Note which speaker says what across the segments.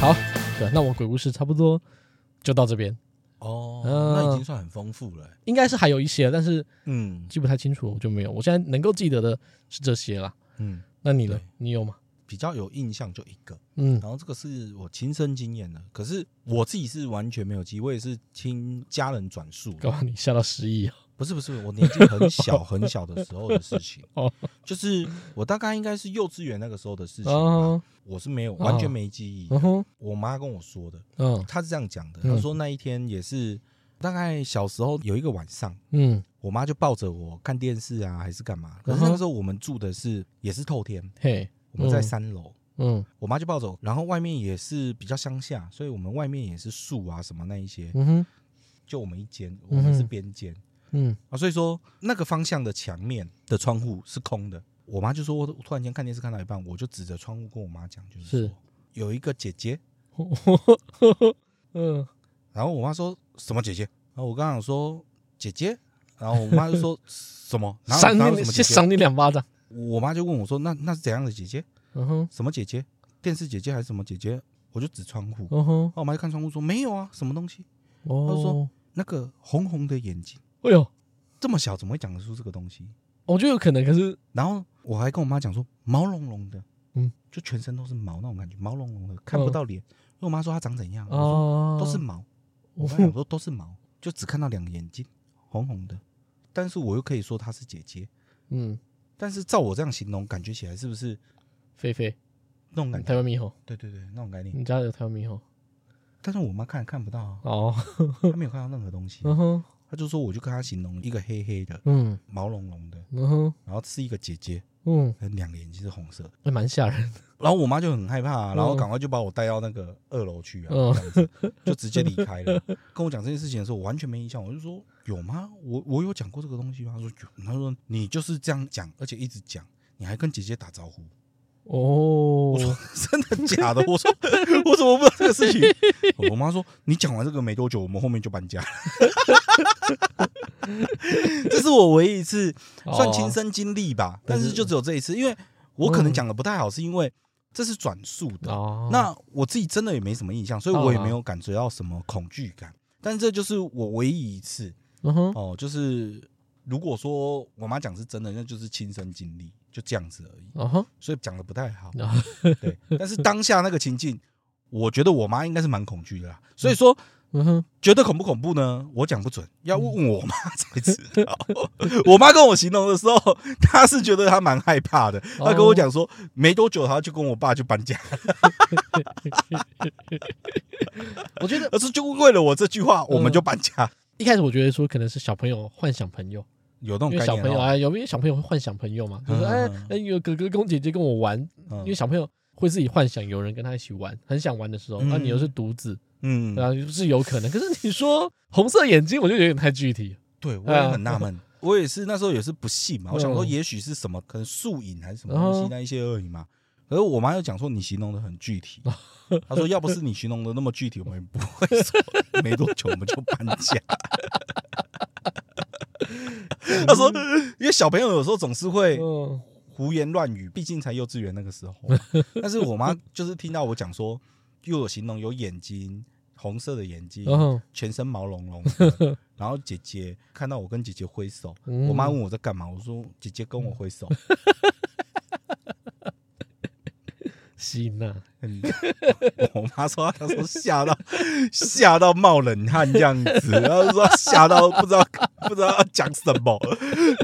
Speaker 1: 好对，那我鬼故事差不多就到这边，
Speaker 2: 哦，
Speaker 1: 嗯
Speaker 2: 那已经算很丰富了欸。
Speaker 1: 应该是还有一些，但是
Speaker 2: 嗯
Speaker 1: 记不太清楚，我就没有。我现在能够记得的是这些啦。
Speaker 2: 嗯，
Speaker 1: 那你呢
Speaker 2: 对？
Speaker 1: 你有吗？
Speaker 2: 比较有印象就一个，
Speaker 1: 嗯
Speaker 2: 然后这个是我亲身经验的，可是我自己是完全没有记，我也是听家人转述的
Speaker 1: 告诉你吓到失忆啊！
Speaker 2: 不是不是，我年纪很 小很小的时候的事情
Speaker 1: 哦，
Speaker 2: 就是我大概应该是幼稚园那个时候的事情吧，
Speaker 1: 啊，
Speaker 2: 我是没有完全没记忆的。
Speaker 1: 嗯哼，
Speaker 2: 我妈跟我说的，
Speaker 1: 嗯
Speaker 2: 她是这样讲的，
Speaker 1: 嗯
Speaker 2: 她说那一天也是大概小时候有一个晚上，
Speaker 1: 嗯，
Speaker 2: 我妈就抱着我看电视啊，还是干嘛？可是那个时候我们住的是也是透天，
Speaker 1: 嘿，
Speaker 2: 我们在
Speaker 1: 嗯
Speaker 2: 三楼，
Speaker 1: 嗯
Speaker 2: 我妈就抱着我，然后外面也是比较乡下，所以我们外面也是树啊什么那一些，
Speaker 1: 嗯哼，
Speaker 2: 就我们一间，我们
Speaker 1: 嗯
Speaker 2: 是
Speaker 1: 哼
Speaker 2: 边间
Speaker 1: 嗯
Speaker 2: 啊，所以说那个方向的墙面的窗户是空的。我妈就说，我突然间看电视看到一半，我就指着窗户跟我妈讲，就是
Speaker 1: 是
Speaker 2: 说有一个姐姐，
Speaker 1: 嗯
Speaker 2: 然后我妈说什么姐姐？然后我刚想说姐姐，然后我妈就说 什么？然后
Speaker 1: 赏
Speaker 2: 哪有
Speaker 1: 你，
Speaker 2: 什么
Speaker 1: 先
Speaker 2: 姐姐？
Speaker 1: 赏你两巴掌。
Speaker 2: 我妈就问我说，那那是怎样的姐姐？
Speaker 1: 嗯哼，
Speaker 2: 什么姐姐？电视姐姐还是什么姐姐？我就指窗户，然
Speaker 1: 嗯哼，
Speaker 2: 后我妈就看窗户说没有啊，什么东西？
Speaker 1: 哦
Speaker 2: 说，那个红红的眼睛，
Speaker 1: 哎呦，
Speaker 2: 这么小怎么会讲得出这个东西？
Speaker 1: 我觉得有可能，可是
Speaker 2: 然后我还跟我妈讲说毛茸茸的，
Speaker 1: 嗯，
Speaker 2: 就全身都是毛那种感觉，毛茸茸的看不到脸。因为我妈说她长怎样，我
Speaker 1: 啊，
Speaker 2: 说都是毛，我跟她讲说都是毛，就只看到两个眼睛红红的，但是我又可以说她是姐姐，
Speaker 1: 嗯，
Speaker 2: 但是照我这样形容，感觉起来是不是
Speaker 1: 菲菲，
Speaker 2: 那种感觉？
Speaker 1: 台湾猕猴，
Speaker 2: 对对对，那种概念。
Speaker 1: 你家有台湾猕猴？
Speaker 2: 但是我妈看看不到、啊，
Speaker 1: 哦，
Speaker 2: 她没有看到任何东西，
Speaker 1: 嗯哼，
Speaker 2: 她就说我就跟她形容一个黑黑的
Speaker 1: 嗯
Speaker 2: 毛茸茸的，
Speaker 1: 嗯哼，
Speaker 2: 然后是一个姐姐，
Speaker 1: 嗯，
Speaker 2: 两个眼睛是红色的。
Speaker 1: 还蛮吓人的。
Speaker 2: 然后我妈就很害怕、啊
Speaker 1: 嗯
Speaker 2: 然后赶快就把我带到那个二楼去啊，
Speaker 1: 嗯
Speaker 2: 这样子就直接离开了。跟我讲这件事情的时候，我完全没印象，我就说有吗？我我有讲过这个东西吗？她说有，她说你就是这样讲，而且一直讲，你还跟姐姐打招呼，
Speaker 1: 哦，
Speaker 2: 真的假的？我说 我怎么不知道这个事情？ 我妈说你讲完这个没多久，我们后面就搬家了。 这是我唯一一次算亲身经历吧，哦但是就只有这一次，因为我可能讲的不太好，是因为这是转述的。
Speaker 1: 哦。
Speaker 2: 那我自己真的也没什么印象，所以我也没有感觉到什么恐惧感。但这就是我唯一一次
Speaker 1: 嗯哼，
Speaker 2: 哦，就是如果说我妈讲是真的，那就是亲身经历，就这样子而已，
Speaker 1: 嗯哼，
Speaker 2: 所以讲的不太好。
Speaker 1: 然后
Speaker 2: 对，但是当下那个情境，我觉得我妈应该是蛮恐惧的啦。所以说，
Speaker 1: 嗯 哼，
Speaker 2: 觉得恐不恐怖呢？我讲不准，要
Speaker 1: 嗯
Speaker 2: 问我妈才知道。 我妈跟我形容的时候，她是觉得她蛮害怕的。
Speaker 1: 哦
Speaker 2: 她跟我讲说，没多久她就跟我爸就搬家，
Speaker 1: 我觉得
Speaker 2: 可是就为了我这句话，我们
Speaker 1: 嗯
Speaker 2: 就搬家。
Speaker 1: 一开始我觉得说可能是小朋友幻想朋友，
Speaker 2: 有那种
Speaker 1: 因为
Speaker 2: 概
Speaker 1: 小
Speaker 2: 念
Speaker 1: 朋友
Speaker 2: 哦，
Speaker 1: 啊，有因为小朋友会幻想朋友嘛，就是
Speaker 2: 嗯
Speaker 1: 哎
Speaker 2: 嗯
Speaker 1: 哎有哥哥跟姐姐跟我玩，因为
Speaker 2: 嗯
Speaker 1: 小朋友会自己幻想有人跟他一起玩，很想玩的时候，啊
Speaker 2: 嗯
Speaker 1: 那你又是独子，
Speaker 2: 嗯，
Speaker 1: 对啊，是有可能。可是你说红色眼睛，我就有点太具体了。
Speaker 2: 对，我也很纳闷。 我也是那时候也是不信嘛，我想说
Speaker 1: 嗯
Speaker 2: 也许是什么，可能树影还是什么东西
Speaker 1: 嗯
Speaker 2: 那一些而已嘛。可是我妈又讲说你形容的很具体， 她说要不是你形容的那么具体，我们也不会说 没多久我们就搬家。 她说，哎因为小朋友有时候总是会
Speaker 1: 嗯
Speaker 2: 胡言乱语，毕竟才幼稚园那个时候。 但是我妈就是听到我讲说，又有形容有眼睛，红色的眼睛，
Speaker 1: 然后
Speaker 2: 全身毛茸茸的然后姐姐看到我跟姐姐挥手，
Speaker 1: 嗯
Speaker 2: 我妈问我在干嘛，我说姐姐跟我挥手，
Speaker 1: 吸引啊，
Speaker 2: 嗯 我妈说她说吓到 吓到冒冷汗这样子，然后说吓到不知道不知道要讲什么，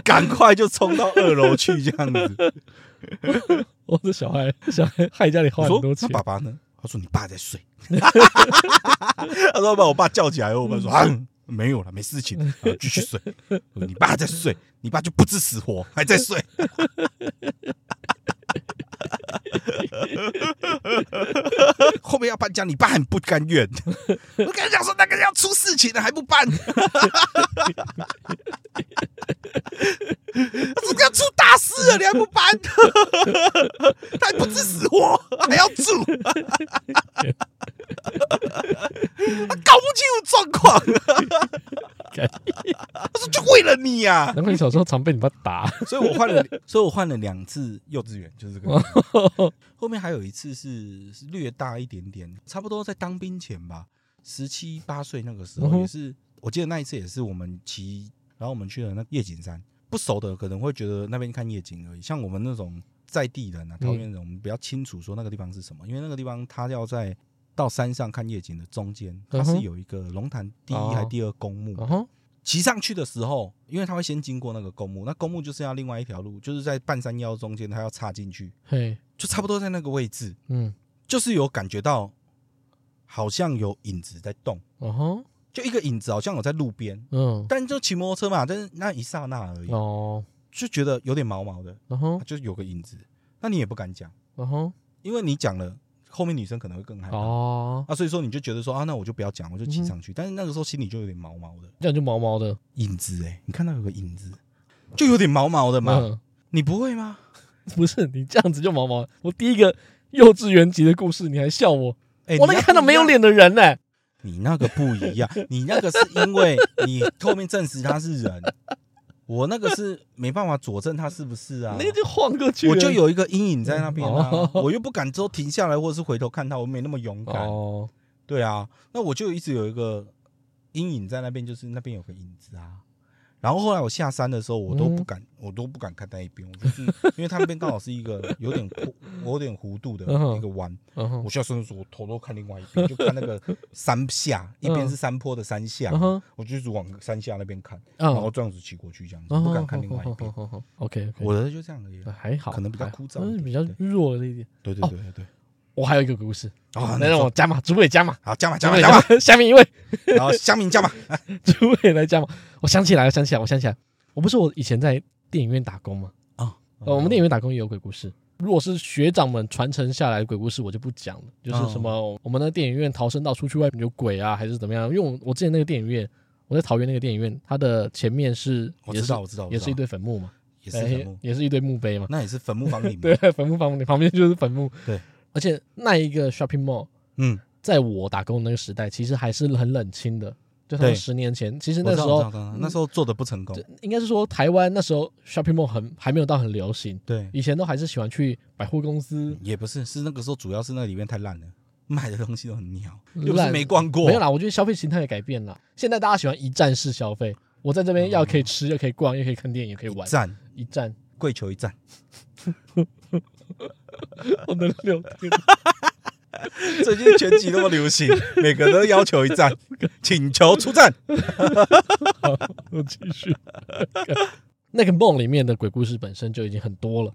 Speaker 2: 赶快就冲到二楼去这样子。
Speaker 1: 我哦这小孩小孩害家里花
Speaker 2: 我
Speaker 1: 很
Speaker 2: 说
Speaker 1: 多
Speaker 2: 那
Speaker 1: 钱。
Speaker 2: 爸爸呢？他说你爸在睡， 他说把我爸叫起来，我爸说啊。没有了，没事情，然后继续睡。我说你爸在睡，你爸就不知死活，还在睡。 后面要搬家，你爸很不甘愿。我跟你讲说，那个要出事情了，还不搬。 他说要出大事了，你还不搬？他还不知死活，还要住，他 搞不清楚状况。
Speaker 1: 感，
Speaker 2: 他说就为了你啊呀、
Speaker 1: 难怪你小时候常被你爸打。
Speaker 2: 所以我换了，所以我换了两次幼稚园，就是这个。 后面还有一次是是略大一点点，差不多在当兵前吧，十七八岁那个时
Speaker 1: 嗯
Speaker 2: 候
Speaker 1: 哼
Speaker 2: 也是，我记得那一次也是我们骑，然后我们去了那夜景山，不熟的可能会觉得那边看夜景而已，像我们那种在地人啊，
Speaker 1: 嗯
Speaker 2: 桃园人，我们比较清楚说那个地方是什么，因为那个地方它要在到山上看夜景的中间，它
Speaker 1: 嗯
Speaker 2: 是
Speaker 1: 哼
Speaker 2: 有一个龙潭第一
Speaker 1: 哦
Speaker 2: 还第二公墓，
Speaker 1: 然后
Speaker 2: 骑上去的时候，因为他会先经过那个公墓，那公墓就是要另外一条路，就是在半山腰中间，他要插进去，
Speaker 1: 嘿，
Speaker 2: 就差不多在那个位置，
Speaker 1: 嗯，
Speaker 2: 就是有感觉到好像有影子在动，
Speaker 1: 然后
Speaker 2: 就一个影子好像有在路边，
Speaker 1: 嗯，
Speaker 2: 但就骑摩托车嘛，但是那一刹那而已，
Speaker 1: 哦，
Speaker 2: 就觉得有点毛毛的，
Speaker 1: 然后
Speaker 2: 就是有个影子，那你也不敢讲，
Speaker 1: 然后
Speaker 2: 因为你讲了，后面女生可能会更害怕。
Speaker 1: 哦，嗯
Speaker 2: 啊，所以说你就觉得说啊，那我就不要讲，我就骑上去。但是那个时候心里就有点毛毛的
Speaker 1: 这样就毛毛的
Speaker 2: 影子、欸，哎，你看到有个影子，就有点毛毛的嘛。
Speaker 1: 嗯
Speaker 2: 你不会吗？
Speaker 1: 不是你这样子就毛毛的。我第一个幼稚园级的故事，你还笑我？
Speaker 2: 哎、
Speaker 1: 我那个看到没有，脸的人呢、
Speaker 2: 你那个不一样， 你那个是因为你后面证实他是人，我那个是没办法佐证他是不是啊
Speaker 1: 那。个就晃过去了，
Speaker 2: 我就有一个阴影在那边啊，
Speaker 1: 哦
Speaker 2: 我又不敢之后停下来或者是回头看他，我没那么勇敢。
Speaker 1: 哦，
Speaker 2: 对啊，那我就一直有一个阴影在那边，就是那边有个影子啊。然后后来我下山的时候，我都不
Speaker 1: 嗯
Speaker 2: 敢，我都不敢看那一边，我就是因为他那边刚好是一个有点弧有点弧度的
Speaker 1: 嗯
Speaker 2: 一个弯，
Speaker 1: 然后
Speaker 2: 我下山的时候，我头都看另外一边，就看那个山下，一边是山坡的山下
Speaker 1: 嗯哼，
Speaker 2: 我就一直往山下那边看，
Speaker 1: 嗯
Speaker 2: 然后这样子骑过去，这样子不敢看另外一边。
Speaker 1: OK，
Speaker 2: 我的就这样而已。
Speaker 1: 还好，
Speaker 2: 可能比较
Speaker 1: 还
Speaker 2: 枯燥
Speaker 1: 嗯
Speaker 2: 一点
Speaker 1: 比较
Speaker 2: 对
Speaker 1: 弱了一点。
Speaker 2: 对对对对对。
Speaker 1: 我还有一个故事，
Speaker 2: 啊，
Speaker 1: 来
Speaker 2: 那
Speaker 1: 让我加码，主委加码，
Speaker 2: 好加码 加
Speaker 1: 主
Speaker 2: 码
Speaker 1: 委
Speaker 2: 加码，
Speaker 1: 码，下面一位
Speaker 2: 然后香明 加码，
Speaker 1: 主委来加码。我想起来了，我想起来，我想起来，我不是我以前在电影院打工吗？
Speaker 2: 啊，
Speaker 1: 呃，我们电影院打工也有鬼故事。如果是学长们传承下来的鬼故事，我就不讲
Speaker 2: 哦
Speaker 1: 了。就是什么，我们的电影院逃生到出去外面有鬼啊，还是怎么样？因为我我之前那个电影院，我在桃园那个电影院，它的前面是
Speaker 2: 我
Speaker 1: 也
Speaker 2: 知
Speaker 1: 是
Speaker 2: 道我知道，我
Speaker 1: 也
Speaker 2: 知
Speaker 1: 是一
Speaker 2: 道
Speaker 1: 堆坟墓嘛，
Speaker 2: 也是坟墓
Speaker 1: 哎，也是一堆墓碑嘛。
Speaker 2: 那也是坟墓房顶。
Speaker 1: 对，，坟墓旁边旁边就是坟墓。
Speaker 2: 对，
Speaker 1: 而且那一个 shopping mall，
Speaker 2: 嗯，
Speaker 1: 在我打工那个时代，其实还是很冷清的。就他们
Speaker 2: 对
Speaker 1: 十年前，其实
Speaker 2: 我
Speaker 1: 那
Speaker 2: 知
Speaker 1: 时
Speaker 2: 道我知道
Speaker 1: 候
Speaker 2: 我知道那时候做的不成功，
Speaker 1: 应该是说台湾那时候 shopping mall 很还没有到很流行，
Speaker 2: 对，
Speaker 1: 以前都还是喜欢去百货公司。
Speaker 2: 也不是，是那个时候主要是那里面太烂了，卖的东西都很鸟，又不
Speaker 1: 烂
Speaker 2: 是
Speaker 1: 了
Speaker 2: 没逛过，
Speaker 1: 没有啦，我觉得消费形态也改变了。现在大家喜欢一站式消费，我在这边要可以吃，又可以逛，又可以看电影，也可以玩。
Speaker 2: 站
Speaker 1: 一站，
Speaker 2: 跪求一站。
Speaker 1: 我能六天。
Speaker 2: 最近拳击那么流 行，每个都要求一 战，请求出战。
Speaker 1: 我继续。 那个梦里面的鬼故事本身就已经很多了。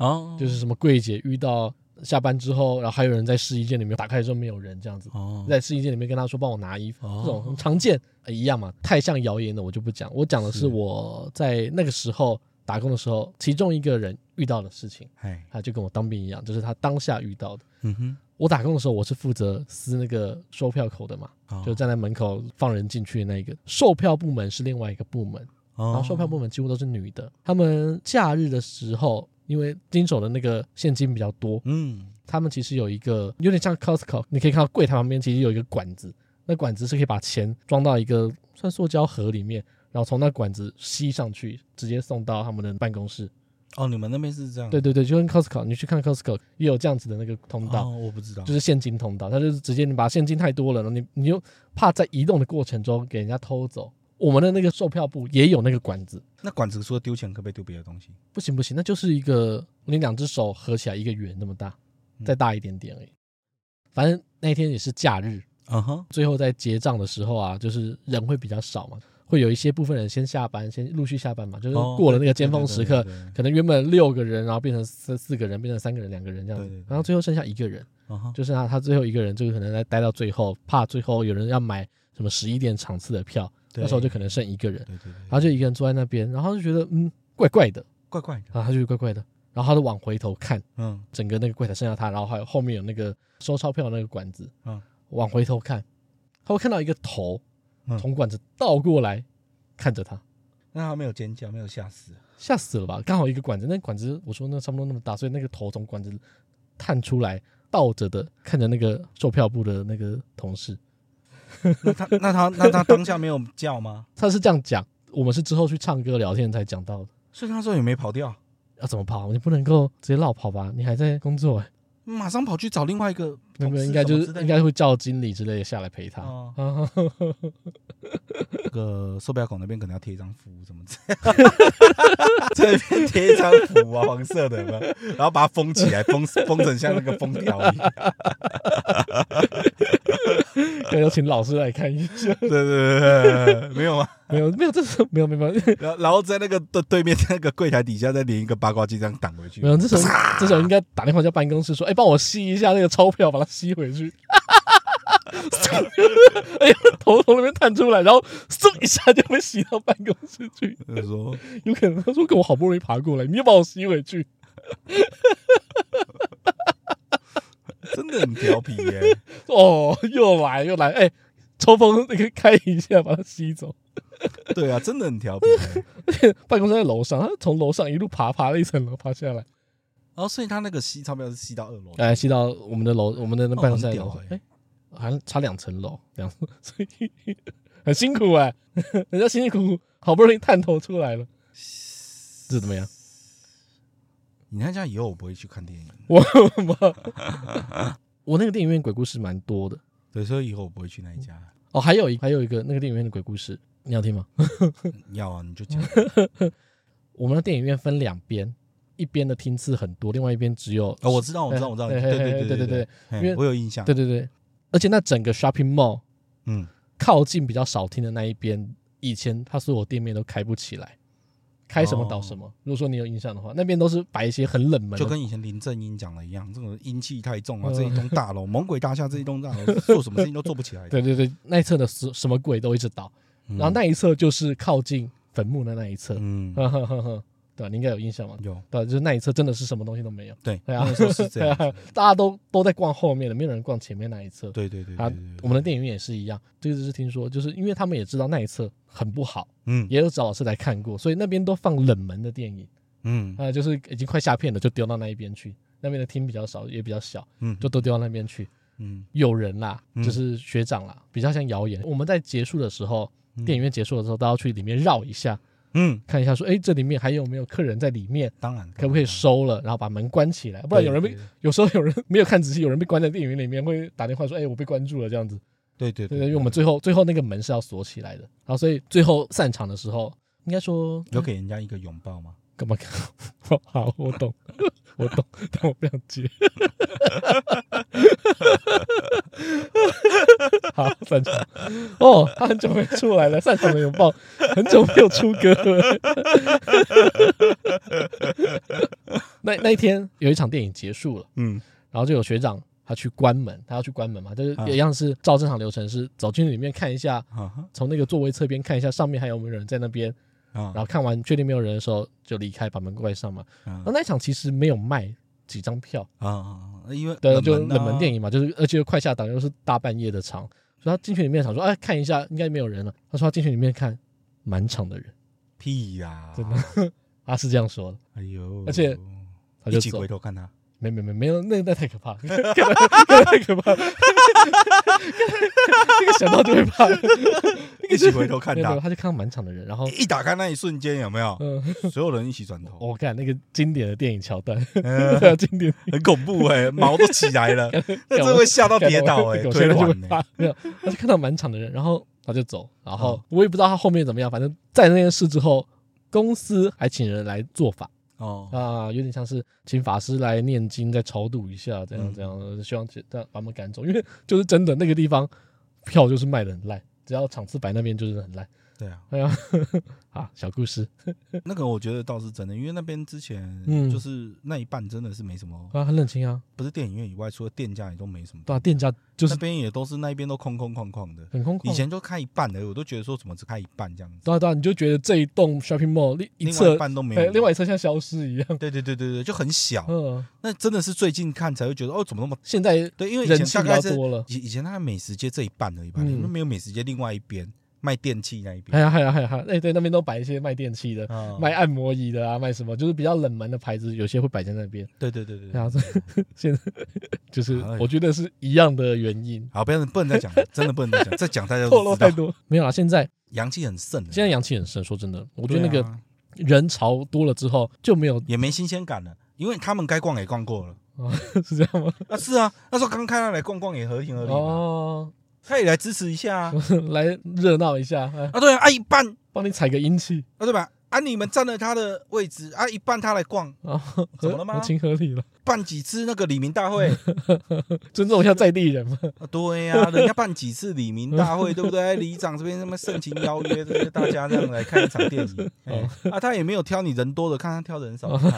Speaker 2: 哦
Speaker 1: 就是什么柜姐遇到下班之后，然后还有人在试衣间里面打开之后没有人这样子，
Speaker 2: 哦，
Speaker 1: 在试衣间里面跟他说帮我拿衣服，
Speaker 2: 哦
Speaker 1: 这种很常见、呃一样嘛，太像谣言了，我就不讲。我讲的是
Speaker 2: 是
Speaker 1: 我在那个时候打工的时候，其中一个人遇到的事情，
Speaker 2: 哎，
Speaker 1: 他就跟我当兵一样，就是他当下遇到的。
Speaker 2: 嗯哼，
Speaker 1: 我打工的时候，我是负责撕那个售票口的嘛，
Speaker 2: 哦
Speaker 1: 就站在门口放人进去的那一个。售票部门是另外一个部门，然后
Speaker 2: 然
Speaker 1: 售
Speaker 2: 哦
Speaker 1: 票部门几乎都是女的。他们假日的时候，因为经手的那个现金比较多，
Speaker 2: 嗯，
Speaker 1: 他们其实有一个有点像 Costco，你可以看到柜台旁边其实有一个管子，那管子是可以把钱装到一个算塑胶盒里面，然后从那管子吸上去，直接送到他们的办公室。
Speaker 2: 哦，你们那边是这样？
Speaker 1: 对对对，就跟 Costco，你去看 Costco 也有这样子的那个通道。
Speaker 2: 哦，我不知道，
Speaker 1: 就是现金通道，它就是直接你把现金太多了，然后你你又怕在移动的过程中给人家偷走。我们的那个售票部也有那个管子，
Speaker 2: 那管子说丢钱可不可以丢别的东西？
Speaker 1: 不行不行，那就是一个你两只手合起来一个圆那么大，
Speaker 2: 嗯
Speaker 1: 再大一点点而已。反正那天也是假日，
Speaker 2: 嗯哼，
Speaker 1: 最后在结账的时候啊，就是人会比较少嘛，会有一些部分人先下班，先陆续下班嘛，就是
Speaker 2: 哦
Speaker 1: 过了那个尖峰时刻，
Speaker 2: 对对对对对
Speaker 1: 可能原本六个人，然后变成四四个人，变成三个人、两个人这样子，
Speaker 2: 对对对
Speaker 1: 然后最后剩下一个人，
Speaker 2: 嗯哼，
Speaker 1: 就是他他最后一个人就是可能在待到最后，怕最后有人要买什么十一点场次的票，
Speaker 2: 对
Speaker 1: 那时候就可能剩一个人，
Speaker 2: 对对
Speaker 1: 然
Speaker 2: 对，
Speaker 1: 后就一个人坐在那边，然后就觉得嗯怪怪的。
Speaker 2: 怪怪的，
Speaker 1: 然后他就觉得怪怪的，然后他就往回头看，
Speaker 2: 嗯，
Speaker 1: 整个那个柜台剩下他，然后还有后面有那个收钞票的那个管子，
Speaker 2: 嗯，
Speaker 1: 往回头看，他会看到一个头
Speaker 2: 嗯
Speaker 1: 从管子倒过来看着他，
Speaker 2: 那他没有尖叫，没有吓 死，
Speaker 1: 吓死了吧？刚好一个管子，那管子我说那差不多那么大，所以那个头从管子探出来，倒着的看着那个售票部的那个同事，
Speaker 2: 那他那他那他当下没有叫吗？
Speaker 1: 他是这样讲，我们是之后去唱歌聊天才讲到的。
Speaker 2: 所以那时候也没跑掉，
Speaker 1: 要、怎么跑？你不能够直接绕跑吧？你还在工
Speaker 2: 哦
Speaker 1: 作、欸，
Speaker 2: 马上跑去找另外一个
Speaker 1: 那
Speaker 2: 同
Speaker 1: 个
Speaker 2: 事
Speaker 1: 应该就
Speaker 2: 什
Speaker 1: 是
Speaker 2: 么之类的
Speaker 1: 应该会叫经理之类的下来陪他。
Speaker 2: 哦
Speaker 1: 啊
Speaker 2: 那个售票口那边可能要贴一张符什么之类 的，这边贴一张符啊，黄色的有没有，然后把它封起来，封封成像那个封条一样。
Speaker 1: 要要请老师来看一下。
Speaker 2: 对对对对对，没有吗？
Speaker 1: 没有没有，这是没有没有没有
Speaker 2: 然后然后在那个对对面那个柜台底下再连一个八卦镜这样挡回去
Speaker 1: 没。有，这时候这时候应该打电话叫办公室说，哎、帮我吸一下那个钞票，把它吸回去。 哎呀，头从那边探出来，然后嗖一下就被吸到办公室去。
Speaker 2: 他说
Speaker 1: 有可能他说：“我好不容易爬过来，你又把我吸回去。
Speaker 2: 真的很调皮耶、”
Speaker 1: 哦，又来又来，哎、抽风那个开一下，把它吸走。
Speaker 2: 对啊，真的很调皮、耶
Speaker 1: 办公室在楼上，他从楼上一路爬，爬了一层楼，爬下来，
Speaker 2: 然后所以他那个吸钞票是吸到二楼，
Speaker 1: 哎，吸到我们的楼，我们的那办公室在楼
Speaker 2: 哦
Speaker 1: 上
Speaker 2: 很，屌
Speaker 1: 哎、好像差两层楼，两，所以很辛苦哎、 人家辛辛苦苦，好不容易探头出来了，是怎么样？
Speaker 2: 你看这样以后我不会去看电影，
Speaker 1: 我我那个电影院鬼故事蛮多的
Speaker 2: 对，所以以后我不会去那一家。
Speaker 1: 哦，还有一还有一个那个电影院的鬼故事，你要听吗？
Speaker 2: 要啊，你就讲。
Speaker 1: 我们的电影院分两边，一边的厅次很多，另外一边只有
Speaker 2: 哦，我知道，我知道，我知道，
Speaker 1: 嘿
Speaker 2: 对
Speaker 1: 嘿
Speaker 2: 对
Speaker 1: 嘿
Speaker 2: 对
Speaker 1: 对
Speaker 2: 对
Speaker 1: 对
Speaker 2: 嘿
Speaker 1: 因为
Speaker 2: 我有印象。
Speaker 1: 对对对，而且那整个 shopping mall
Speaker 2: 嗯，
Speaker 1: 靠近比较少厅的那一边，以前它所有店面都开不起来，开什么倒什么。如果说你有印象的话，那边都是摆一些很冷门的，
Speaker 2: 哦就跟以前林正英讲的一样，这种阴气太重啊，
Speaker 1: 嗯
Speaker 2: 这一栋大楼，猛鬼大厦这一栋大楼，做什么事情都做不起 来。
Speaker 1: 对对对，那一侧的什什么鬼都一直倒，
Speaker 2: 嗯，
Speaker 1: 然后那一侧就是靠近坟墓的那一侧，
Speaker 2: 嗯
Speaker 1: 呵呵呵呵，对吧？啊你应该有印象嘛？
Speaker 2: 有
Speaker 1: 对，啊就是那一侧真的是什么东西都没有，
Speaker 2: 对，
Speaker 1: 对啊
Speaker 2: 那个时候是这样子。
Speaker 1: 大家都都在逛后面的，没有人逛前面那一侧。
Speaker 2: 对对对对
Speaker 1: 啊
Speaker 2: 对对，
Speaker 1: 我们的电影院也是一样，这个就是听说，就是因为他们也知道那一侧很不好，
Speaker 2: 嗯
Speaker 1: 也有找老师来看过，所以那边都放冷门的电影，
Speaker 2: 嗯
Speaker 1: 啊、就是已经快下片了，就丢到那一边去。那边的厅比较少，也比较小，
Speaker 2: 嗯，
Speaker 1: 就都丢到那边去。
Speaker 2: 嗯
Speaker 1: 有人啦，
Speaker 2: 嗯
Speaker 1: 就是学长啦，比较像谣言。我们在结束的时候，
Speaker 2: 嗯
Speaker 1: 电影院结束的时候，都要去里面绕一下，
Speaker 2: 嗯，
Speaker 1: 看一下说，哎、这里面还有没有客人在里面，
Speaker 2: 当然
Speaker 1: 可不可以收了，然后把门关起来，不然有人被
Speaker 2: 嗯对对
Speaker 1: 有时候有人没有看仔细，有人被关在电影院里面，会打电话说：“哎、我被关住了。”这样子，
Speaker 2: 对对
Speaker 1: 对对，因为我们最后最后那个门是要锁起来的，然后所以最后散场的时候，应该说
Speaker 2: 有给人家一个拥抱吗？
Speaker 1: 干嘛？ 好，我懂， 我懂，但我不想接。 好，散场。哦，他很久没出来了，散场的拥抱，很久没有出歌 了。那那一天有一场电影结束了。
Speaker 2: 嗯
Speaker 1: 然后就有学长他去关门，他要去关门嘛，就是
Speaker 2: 嗯
Speaker 1: 一样是照正常流程，是走进里面看一下，
Speaker 2: 啊哈
Speaker 1: 从那个座位侧边看一下上面还有没有人在那边，
Speaker 2: 啊
Speaker 1: 然后看完确定没有人的时候就离开，把门关上嘛。
Speaker 2: 啊
Speaker 1: 那那一场其实没有卖几张票，
Speaker 2: 啊啊！因为
Speaker 1: 对，就
Speaker 2: 啊
Speaker 1: 冷门电影嘛，就是而且又快下档，又是大半夜的场，所以他进去里面想说，哎，看一下应该没有人了。他说他进去里面看满场的人，
Speaker 2: 屁呀，
Speaker 1: 真的，他是这样说的，
Speaker 2: 哎呦，
Speaker 1: 而且他
Speaker 2: 一
Speaker 1: 就
Speaker 2: 起
Speaker 1: 走
Speaker 2: 回。头 看他，
Speaker 1: 没没没没有，那那太可怕， 了，那个太可怕， 了，这个想到就会怕。
Speaker 2: 一起回头看
Speaker 1: 没有没有，
Speaker 2: 他，
Speaker 1: 他就看到满场的人，然后
Speaker 2: 一打开那一瞬间有没有？
Speaker 1: 嗯，
Speaker 2: 所有人一起转 头，
Speaker 1: 我哦看那个经典的电影桥段，
Speaker 2: 嗯
Speaker 1: 对啊，经典
Speaker 2: 很恐怖哎，毛都起来了，那
Speaker 1: 干
Speaker 2: 真
Speaker 1: 我
Speaker 2: 会吓到跌倒哎，
Speaker 1: 我
Speaker 2: 腿
Speaker 1: 现在就会
Speaker 2: 软哎
Speaker 1: 怕。没有，他就看到满场的人，然后他就走，然
Speaker 2: 嗯
Speaker 1: 后我也不知道他后面怎么样，反正在那件事之后，公司还请人来做法。
Speaker 2: 哦，
Speaker 1: 啊，有点像是请法师来念经，再超度一下，这样
Speaker 2: 嗯
Speaker 1: 这样，希望这样把他们赶走。因为就是真的那个地方票就是卖的很烂，只要场次摆那边就是很烂。
Speaker 2: 对啊，
Speaker 1: 哎呀，啊，小故事
Speaker 2: 那个我觉得倒是真的，因为那边之前
Speaker 1: 嗯
Speaker 2: 就是那一半真的是没什么，
Speaker 1: 啊，很冷清啊，
Speaker 2: 不是电影院以外，除了店家也都没什么，
Speaker 1: 对啊，店家就
Speaker 2: 那
Speaker 1: 是
Speaker 2: 边也都是那一边都空空旷旷的，
Speaker 1: 很空旷。
Speaker 2: 以前就开一半的，我都觉得说怎么只开一半这样子，
Speaker 1: 对啊对啊，你就觉得这一栋 shopping mall 另一
Speaker 2: 另外
Speaker 1: 侧
Speaker 2: 一，半都没
Speaker 1: 哎，
Speaker 2: 有，哦
Speaker 1: 另外一侧像消失一样。
Speaker 2: 对对对对对，就很小，
Speaker 1: 嗯，
Speaker 2: 那真的是最近看才会觉得哦，怎么那么
Speaker 1: 现在
Speaker 2: 对，因为以
Speaker 1: 人
Speaker 2: 前
Speaker 1: 气
Speaker 2: 大
Speaker 1: 比
Speaker 2: 概
Speaker 1: 较
Speaker 2: 是
Speaker 1: 多了。
Speaker 2: 以以前那个美食街这一半而已吧，
Speaker 1: 嗯
Speaker 2: 因为没有美食街另外一边，卖电器那一边
Speaker 1: 哎，呀，哎呀，哎呀，哎，对，那边都摆一些卖电器的、
Speaker 2: 啊，
Speaker 1: 卖按摩椅的啊，卖什么，就是比较冷门的牌子，有些会摆在那边。
Speaker 2: 对对对对对，
Speaker 1: 然后 现在就是
Speaker 2: 好
Speaker 1: 我觉得是一样的原因，
Speaker 2: 好，不要不能 再讲，了，真的不能再讲，再讲大家
Speaker 1: 透露
Speaker 2: 都
Speaker 1: 太
Speaker 2: 知道，
Speaker 1: 多。没有啦，现在
Speaker 2: 阳气很盛了，
Speaker 1: 现在阳气很盛，说真的，我
Speaker 2: 我
Speaker 1: 觉得那个人潮多了之后就没有
Speaker 2: 也没新鲜感了，因为他们该逛也逛过了。
Speaker 1: 是这样吗？
Speaker 2: 啊，是啊，那时候刚开他来逛逛也合情合理嘛，
Speaker 1: 哦，
Speaker 2: 他也来支持一下啊，
Speaker 1: 来热闹一下，哎
Speaker 2: 啊对啊，啊一半啊
Speaker 1: 帮你踩个阴气
Speaker 2: 对吧？啊你们占了他的位置啊，一半他来逛，
Speaker 1: 啊，
Speaker 2: 怎么了吗
Speaker 1: 合情合理了，
Speaker 2: 办几次那个李明大会，
Speaker 1: 尊重一下在地人嘛。
Speaker 2: 啊对呀、人家办几次李明大会，对不对？里长这边什么盛情邀约，这些大家这样来看一场电影，
Speaker 1: 哦
Speaker 2: 哎啊他也没有挑你人多的看，他挑人少的看，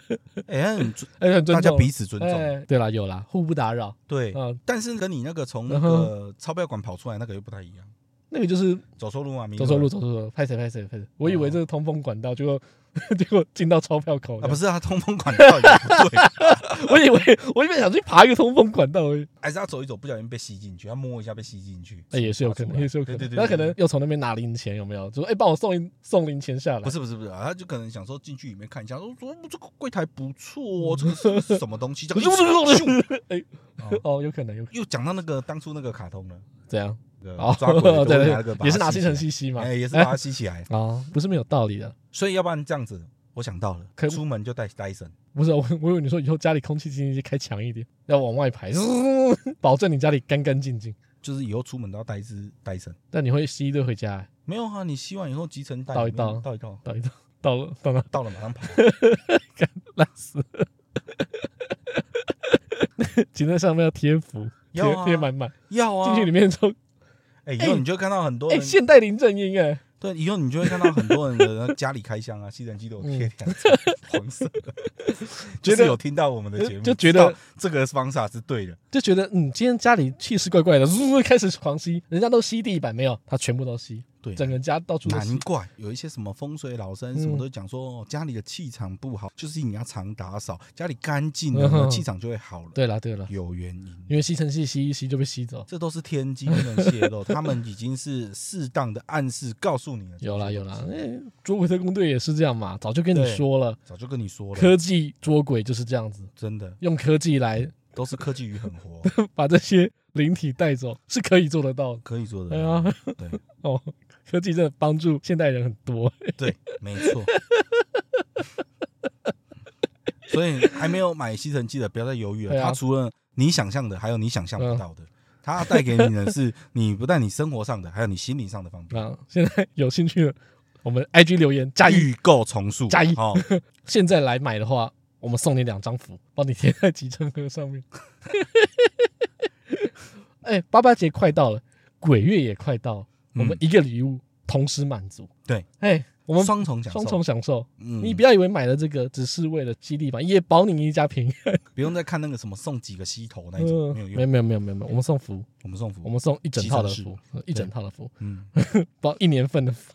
Speaker 2: 哎、他很尊
Speaker 1: 哎，很尊
Speaker 2: 大
Speaker 1: 重
Speaker 2: 家彼此尊重，
Speaker 1: 哎，对啦，有啦，互不打扰
Speaker 2: 对。
Speaker 1: 啊。
Speaker 2: 但是跟你那个从那
Speaker 1: 嗯
Speaker 2: 个钞票馆跑出来那个又不太一样，
Speaker 1: 那个就是
Speaker 2: 走错路啊，迷
Speaker 1: 走错路，走错路，拍谁拍谁拍谁。我以为这是通风管道，结果 结果进到钞票口
Speaker 2: 啊，
Speaker 1: 了。
Speaker 2: 不是啊，通风管道也不对，
Speaker 1: 我以为我原本想去爬一个通风管道而已，
Speaker 2: 还是他走一走不小心被吸进去，他摸一下被吸进去，
Speaker 1: 哎，也是有可能，
Speaker 2: 爬出来
Speaker 1: 也是有可
Speaker 2: 对对
Speaker 1: 能。
Speaker 2: 对，
Speaker 1: 那可
Speaker 2: 对
Speaker 1: 能又从那边拿零钱，有没有？就说哎，帮我送一送零钱下来
Speaker 2: 不。是不是不是啊，他就可能想说进去里面看一下，说说这个柜台不错哦，这个是是什么东西？这样咻
Speaker 1: 哎，
Speaker 2: 哦
Speaker 1: 哦，有可能，有可能
Speaker 2: 又讲到那个当初那个卡通了，
Speaker 1: 这样。
Speaker 2: 那个
Speaker 1: 哦
Speaker 2: 抓鬼
Speaker 1: 对
Speaker 2: 的都会拿
Speaker 1: 对
Speaker 2: 那个
Speaker 1: 对，
Speaker 2: 把 它
Speaker 1: 也是拿吸
Speaker 2: 吸起来
Speaker 1: 尘，器吸嘛。
Speaker 2: 哎，也是把它吸起来，
Speaker 1: 哦，不是没有道理的。
Speaker 2: 所以要不然这样子，我想到
Speaker 1: 可
Speaker 2: 了，出门就带戴森，
Speaker 1: 不是，我 我以为你说以后家里空气清新机开强一点，要往外排， 保证你家里干干净净。
Speaker 2: 就是以后出门都要带一只戴森。
Speaker 1: 但你会吸一堆回家，
Speaker 2: 没有啊，你吸完以后集成袋
Speaker 1: 倒一
Speaker 2: 里面
Speaker 1: 倒
Speaker 2: 倒一倒，
Speaker 1: 到一到到了到那
Speaker 2: 倒了马 上跑。
Speaker 1: 烂死了。 请在上面要贴符，贴
Speaker 2: 要啊
Speaker 1: 贴满满，
Speaker 2: 要啊，
Speaker 1: 进 去里面之后，
Speaker 2: 哎，以后你就会看到很多
Speaker 1: 哎，
Speaker 2: 人，
Speaker 1: 现代林正英哎，
Speaker 2: 对，以后你就会看到很多人的家里开箱啊，吸尘器都有贴两层黄色 的，
Speaker 1: 觉
Speaker 2: 就是
Speaker 1: 得
Speaker 2: 有听到我们的节目，
Speaker 1: 就觉得
Speaker 2: 知道这个方法是对的。
Speaker 1: 就觉得嗯，今天家里气势怪怪的， 呜开始狂吸，人家都吸地板没有，他全部都吸，
Speaker 2: 对，
Speaker 1: 整个嗯家到处都
Speaker 2: 难
Speaker 1: 吸。
Speaker 2: 怪有一些什么风水老生什么都讲说，哦家里的气场不好，就是你要常打扫，家里干净了
Speaker 1: 嗯哼
Speaker 2: 呢，气场就会好了。
Speaker 1: 对了对了，
Speaker 2: 有原因。
Speaker 1: 因为吸尘器吸一吸就被吸走。
Speaker 2: 这都是天机不能泄露，他们已经是适当的暗示告诉你了。
Speaker 1: 有啦有啦，哎，捉鬼特工队也是这样嘛，早就跟你
Speaker 2: 对
Speaker 1: 说了，
Speaker 2: 早就跟你说了，
Speaker 1: 科技捉鬼就是这样子，
Speaker 2: 真的
Speaker 1: 用科技来
Speaker 2: 都是科技与狠活，
Speaker 1: 把这些灵体带走是可以做得到的。
Speaker 2: 可以做的。
Speaker 1: 哎呀，
Speaker 2: 对，
Speaker 1: 哦，科技真的帮助现代人很多。
Speaker 2: 对，没错。所以还没有买吸尘器的，不要再犹豫
Speaker 1: 对
Speaker 2: 了。
Speaker 1: 啊嗯
Speaker 2: 它除了你想象的，还有你想象不到的。它带给你的是你不但你生活上的，还有你心理上的方便。
Speaker 1: 啊，现在有兴趣的，我们 IG 留言加一，
Speaker 2: 预购重塑，
Speaker 1: 加一
Speaker 2: 哦，
Speaker 1: 现在来买的话，我们送你两张符，帮你贴在集成盒上面。 哎，八八节快到了，鬼月也快到了，我们一个礼物同时满足。
Speaker 2: 嗯对，
Speaker 1: 哎，我们
Speaker 2: 双重享受，
Speaker 1: 双重，享受。
Speaker 2: 嗯，
Speaker 1: 你不要以为买了这个只是为了激励吧，也保你一家平安。
Speaker 2: 不用再看那个什么送几个吸头那一种，
Speaker 1: 嗯
Speaker 2: 没 有
Speaker 1: 没有
Speaker 2: 用，
Speaker 1: 没有没有没有，我们送符，
Speaker 2: 我们送
Speaker 1: 我
Speaker 2: 福，
Speaker 1: 们送一整套的
Speaker 2: 集成
Speaker 1: 符，一整套的符，
Speaker 2: 嗯，
Speaker 1: 包一年份的 符。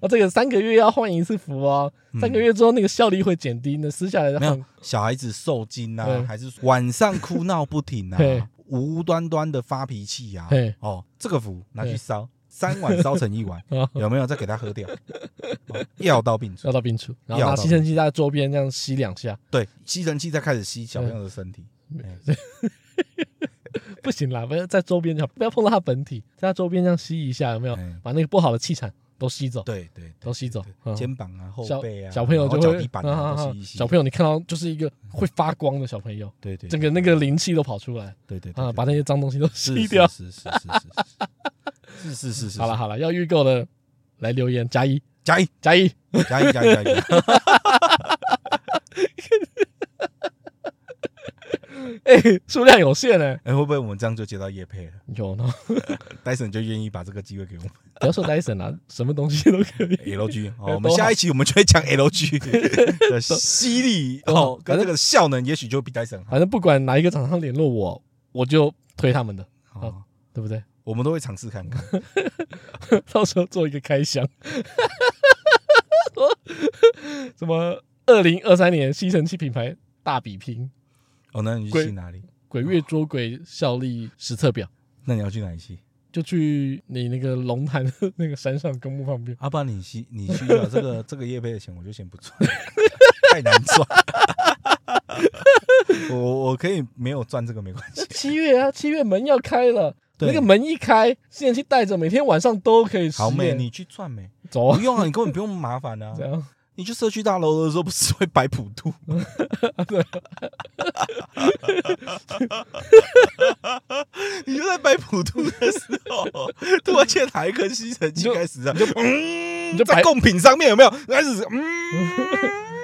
Speaker 1: 啊，这个三个月要换一次符哦，
Speaker 2: 嗯
Speaker 1: 三个月之后那个效率会减低，那撕下来再
Speaker 2: 没
Speaker 1: 换
Speaker 2: 有。小孩子受惊
Speaker 1: 对
Speaker 2: 啊，还是晚上哭闹不停
Speaker 1: 对
Speaker 2: 啊，无端端的发脾气啊
Speaker 1: 对，
Speaker 2: 哦，这个福拿
Speaker 1: 对
Speaker 2: 去烧，三碗烧成一 碗，
Speaker 1: 啊，
Speaker 2: 有没有再给他喝掉？哦药到病除
Speaker 1: 要。到冰厨，然后
Speaker 2: 要
Speaker 1: 拿
Speaker 2: 到
Speaker 1: 吸尘器在周边这样吸两下，
Speaker 2: 对，吸尘器再开始吸小朋友的身体。哎
Speaker 1: 不行啦，不要在周边就好，不要碰到它本体，在它周边这样吸一下，有没有
Speaker 2: 哎？
Speaker 1: 把那个不好的气场都吸走，
Speaker 2: 对对，
Speaker 1: 都吸走
Speaker 2: 对。
Speaker 1: 嗯
Speaker 2: 肩膀啊、后
Speaker 1: 小
Speaker 2: 背啊，
Speaker 1: 小朋友
Speaker 2: 然后
Speaker 1: 就会
Speaker 2: 脚底板
Speaker 1: 啊
Speaker 2: 啊
Speaker 1: 啊啊
Speaker 2: 都吸一吸。
Speaker 1: 小朋友你看到就是一个会发光的小朋友，
Speaker 2: 对对，
Speaker 1: 整个那个灵气都跑出来
Speaker 2: 对对对
Speaker 1: 啊，
Speaker 2: 对
Speaker 1: 把那些脏东西都
Speaker 2: 是
Speaker 1: 吸掉。
Speaker 2: 是是是是是是是是是。
Speaker 1: 好了，好了，要预购的来留言加一
Speaker 2: 加一
Speaker 1: 加一，
Speaker 2: 加一加一加一。
Speaker 1: 哎，数量有限欸呢。
Speaker 2: 哎，会不会我们这样就接到叶配了？
Speaker 1: 有呢，
Speaker 2: 戴森就愿意把这个机会给我们。
Speaker 1: 不要说 Dyson 啦， 什么东西都可以。
Speaker 2: LG，
Speaker 1: 哎
Speaker 2: 哦，我
Speaker 1: 都
Speaker 2: 们
Speaker 1: 好
Speaker 2: 下一期我们就会讲 LG 的吸力
Speaker 1: 都好
Speaker 2: 哦，跟这个效能也许就比戴森好。
Speaker 1: 反正不管哪一个厂商联络我，我就推他们的，
Speaker 2: 哦
Speaker 1: 对不对？
Speaker 2: 我们都会尝试看看。
Speaker 1: 到时候做一个开箱， 什么二零二三年吸尘器品牌大比拼，
Speaker 2: 哦，那你去
Speaker 1: 鬼
Speaker 2: 吸哪里？
Speaker 1: 鬼月捉鬼效力实测表。
Speaker 2: 那你要去哪里吸？
Speaker 1: 就去你那个龙潭 的那个山上公墓旁边。
Speaker 2: 阿爸，你 需你需要这个这个叶配的钱，我就先不赚，太难赚。 我我可以没有赚这个没关系，
Speaker 1: 七月啊，七月门要开了，
Speaker 2: 对
Speaker 1: 那个门一开，吸尘器带着，每天晚上都可以实
Speaker 2: 好妹，
Speaker 1: 验。
Speaker 2: 你去赚没？
Speaker 1: 走
Speaker 2: 不
Speaker 1: 啊，
Speaker 2: 用啊，你根本不用麻烦 啊
Speaker 1: 这。样
Speaker 2: 你去社区大楼的时候，不是会摆普渡？ 你就在摆普渡的时候，突然间哪一颗吸尘器开始啊？嗯
Speaker 1: 你就，摆
Speaker 2: 在贡品上面有没有开始？ 嗯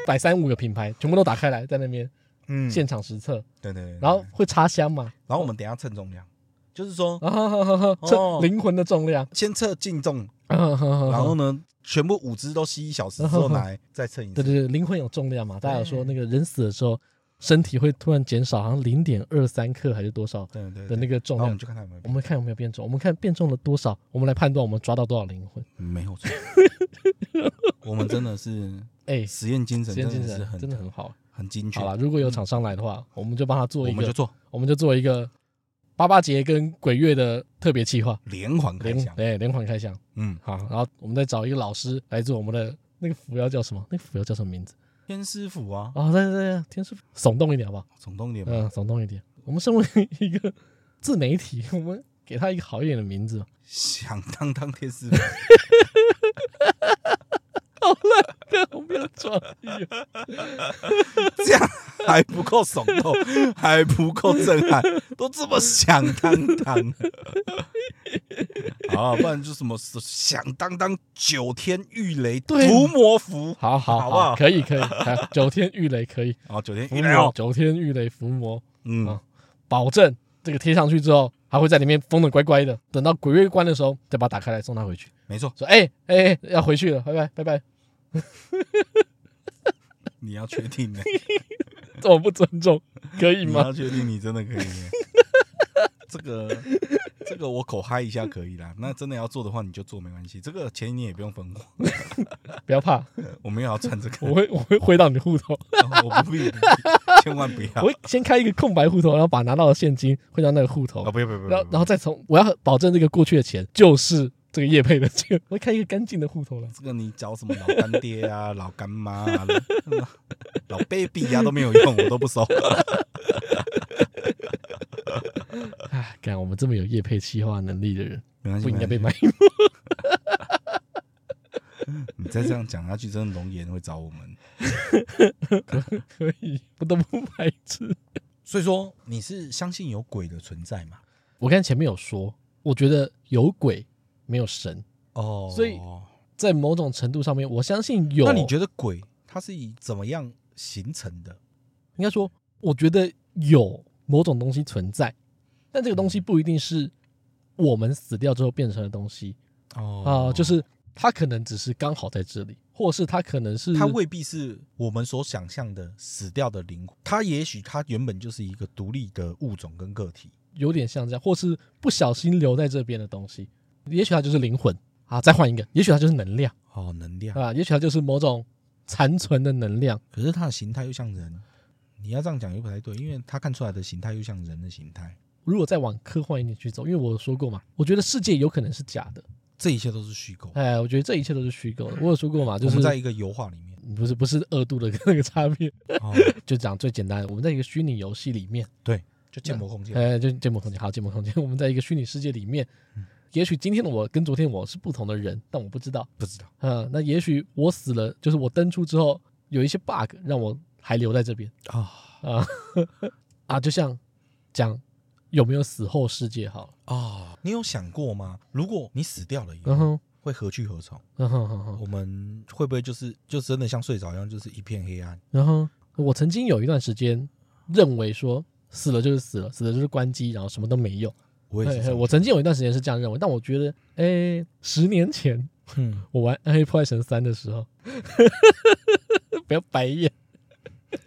Speaker 1: 摆三五个品牌，全部都打开来，在那边
Speaker 2: 嗯，
Speaker 1: 现场实测，
Speaker 2: 对对对。
Speaker 1: 然后
Speaker 2: 对
Speaker 1: 会插香嘛，
Speaker 2: 然后我们等一下称重量，就是说
Speaker 1: 啊哈哈哈哈，
Speaker 2: 哦
Speaker 1: 这灵魂的重量，
Speaker 2: 先测净重，
Speaker 1: 啊哈哈哈
Speaker 2: 然后呢，全部五只都吸一小时之后拿来再称一
Speaker 1: 嗯对
Speaker 2: 次。
Speaker 1: 对对，灵魂有重量嘛，大家有说那个人死的时候，身体会突然减少，好像零点二三克还是多少
Speaker 2: 对对
Speaker 1: 的
Speaker 2: 对
Speaker 1: 那。个重
Speaker 2: 然后我
Speaker 1: 量。
Speaker 2: 们就看它有没有
Speaker 1: 我
Speaker 2: 变，
Speaker 1: 们看有没有变重，我们看变重了多少，我们来判断我们抓到多少灵魂。
Speaker 2: 没有错。 我们真的是
Speaker 1: 哎，实
Speaker 2: 实验精神，
Speaker 1: 验
Speaker 2: 真
Speaker 1: 精
Speaker 2: 的是
Speaker 1: 神
Speaker 2: 很
Speaker 1: 真的很好。啊
Speaker 2: 很精确嗯
Speaker 1: 好。啦，如果有厂商来的话，我们就帮他做
Speaker 2: 我
Speaker 1: 一
Speaker 2: 们就
Speaker 1: 个，
Speaker 2: 做
Speaker 1: 我们就做一个八八节跟鬼月的特别企划，
Speaker 2: 连环开
Speaker 1: 连
Speaker 2: 箱。
Speaker 1: 对连环开箱。
Speaker 2: 嗯，
Speaker 1: 好，然后我们再找一个老师来做我们的那个扶摇叫什么？那个扶摇叫什么名字？
Speaker 2: 天师府啊，
Speaker 1: 哦，对对对，天师耸动一点好不好？
Speaker 2: 总动点吧。
Speaker 1: 嗯，耸动一点。我们身为一个自媒体，我们给他一个好一点的名字吧。
Speaker 2: 响当当天师府，
Speaker 1: 我没有创意啊，
Speaker 2: 这样还不够耸动， 还不够震撼，都这么响当当 了。啊，不然就什么响当当九天玉雷
Speaker 1: 对
Speaker 2: 伏魔符，
Speaker 1: 好好
Speaker 2: 好不好
Speaker 1: 可以可以，好九天御雷可以，
Speaker 2: 啊，九天
Speaker 1: 伏
Speaker 2: 玉雷
Speaker 1: 魔
Speaker 2: 哦，
Speaker 1: 九天御雷伏魔，
Speaker 2: 嗯
Speaker 1: 好，保证这个贴上去之后，还会在里面封的乖乖的，等到鬼月关的时候再把它打开来送他回去，
Speaker 2: 没错，
Speaker 1: 说哎哎、哎要回去了，拜拜拜拜，
Speaker 2: 你要确定的，
Speaker 1: 这么不尊重，可以
Speaker 2: 你
Speaker 1: 吗？
Speaker 2: 要确定你真的可以 呢。这个这个我口嗨一下可以啦，那真的要做的话你就做没关系，这个钱你也不用分我，
Speaker 1: 不要怕，
Speaker 2: 我没有要赚这个，
Speaker 1: 我会我会汇到你户头，
Speaker 2: 我不必，千万不
Speaker 1: 我
Speaker 2: 要！
Speaker 1: 会先开一个空白户头，然后把拿到的现金汇到那个户头
Speaker 2: 啊，，不要不要不要！
Speaker 1: 然后然后再从我要保证这个过去的钱就是这个业配的钱，我会开一个干净的户头来。
Speaker 2: 这个你找什么老干爹啊、老干妈、 啊、老 baby 啊都没有用，我都不收。
Speaker 1: 哎，看我们这么有业配企划能力的人，
Speaker 2: 没关系，
Speaker 1: 不应该被
Speaker 2: 没关
Speaker 1: 埋
Speaker 2: 系。你再这样讲下去，真的龙岩会找我们。
Speaker 1: 可以，我都不排斥。
Speaker 2: 所以说，你是相信有鬼的存在嘛？
Speaker 1: 我刚才前面有说，我觉得有鬼没有神，
Speaker 2: 哦
Speaker 1: 所以在某种程度上面，我相信有。
Speaker 2: 那你觉得鬼它是以怎么样形成的？
Speaker 1: 应该说，我觉得有某种东西存在，但这个东西不一定是我们死掉之后变成的东西
Speaker 2: 哦
Speaker 1: 啊、就是它可能只是刚好在这里，或者是它可能是
Speaker 2: 它未必是我们所想象的死掉的灵魂，它也许它原本就是一个独立的物种跟个体。
Speaker 1: 有点像这样，或是不小心留在这边的东西，也许它就是灵魂啊，再换一个，也许它就是能量
Speaker 2: 哦，能量。
Speaker 1: 啊，也许它就是某种残存的能量。
Speaker 2: 可是它的形态又像人，你要这样讲又不太对，因为它看出来的形态又像人的形态，
Speaker 1: 如果再往科幻一点去走，因为我有说过嘛，我觉得世界有可能是假的，
Speaker 2: 这一切都是虚构。
Speaker 1: 哎，我觉得这一切都是虚构的。我有说过嘛，就
Speaker 2: 我
Speaker 1: 是
Speaker 2: 们在一个油画里面，
Speaker 1: 不是不是二度的 那个差别，
Speaker 2: 哦，
Speaker 1: 就讲最简单的，我们在一个虚拟游戏里面，
Speaker 2: 对，就建模空间。
Speaker 1: 呃，就建模空间，好，建模空间，我们在一个虚拟世界里面，
Speaker 2: 嗯
Speaker 1: 也许今天的我跟昨天我是不同的人，但我不知道，
Speaker 2: 不知道
Speaker 1: 嗯，那也许我死了，就是我登出之后有一些 bug 让我还留在这边
Speaker 2: 啊
Speaker 1: 啊 啊，就像讲有没有死后世界好了，
Speaker 2: 啊！你有想过吗？如果你死掉了以
Speaker 1: 嗯
Speaker 2: 后，
Speaker 1: 哼，
Speaker 2: 会何去何从？
Speaker 1: 嗯哼哼哼，
Speaker 2: 我们会不会就是就真的像睡着一样，就是一片黑暗？
Speaker 1: 然后嗯我曾经有一段时间认为说死了就是死了，死了就是关机，然后什么都没有。
Speaker 2: 我也是
Speaker 1: 嘿
Speaker 2: 这
Speaker 1: 嘿
Speaker 2: 样，
Speaker 1: 我曾经有一段时间是这样认为，但我觉得，哎，十年前
Speaker 2: 嗯，
Speaker 1: 我玩《暗黑破坏神三》的时候， 不要白眼。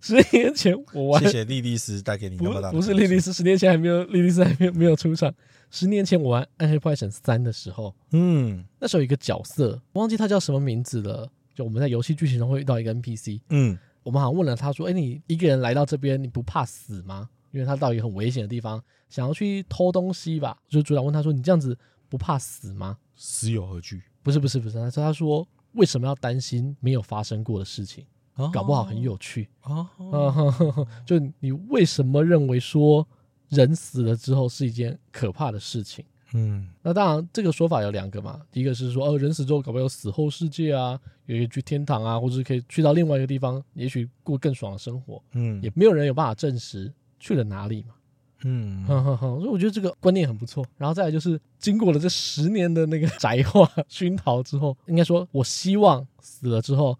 Speaker 1: 十年前我玩
Speaker 2: 谢谢莉莉丝带给你那
Speaker 1: 不
Speaker 2: 么大的
Speaker 1: 不是
Speaker 2: 帮助
Speaker 1: 莉莉，丝，十年前还没有莉莉丝还没有没有出场。十年前我玩《暗黑破坏神三》的时候，
Speaker 2: 嗯
Speaker 1: 那时候有一个角色，我忘记他叫什么名字了。就我们在游戏剧情中会遇到一个 NPC，
Speaker 2: 嗯
Speaker 1: 我们好像问了他说：“哎、你一个人来到这边，你不怕死吗？”因为他到一个很危险的地方，想要去偷东西吧。就组长问他说：“你这样子不怕死吗
Speaker 2: 死有何惧？”
Speaker 1: 不是不是不是，他说他说为什么要担心没有发生过的事情？搞不好很有趣
Speaker 2: 哦，
Speaker 1: 啊！ 就你为什么认为说人死了之后是一件可怕的事情？
Speaker 2: 嗯
Speaker 1: 那当然，这个说法有两个嘛，一个是说，哦，人死之后搞不好有死后世界啊，有一个去天堂啊，或者是可以去到另外一个地方，也许过更爽的生活，
Speaker 2: 嗯
Speaker 1: 也没有人有办法证实去了哪里嘛。
Speaker 2: 嗯，
Speaker 1: 哼哼哼，所以我觉得这个观念很不错。然后再来就是，经过了这十年的那个宅化熏陶之后，应该说，我希望死了之后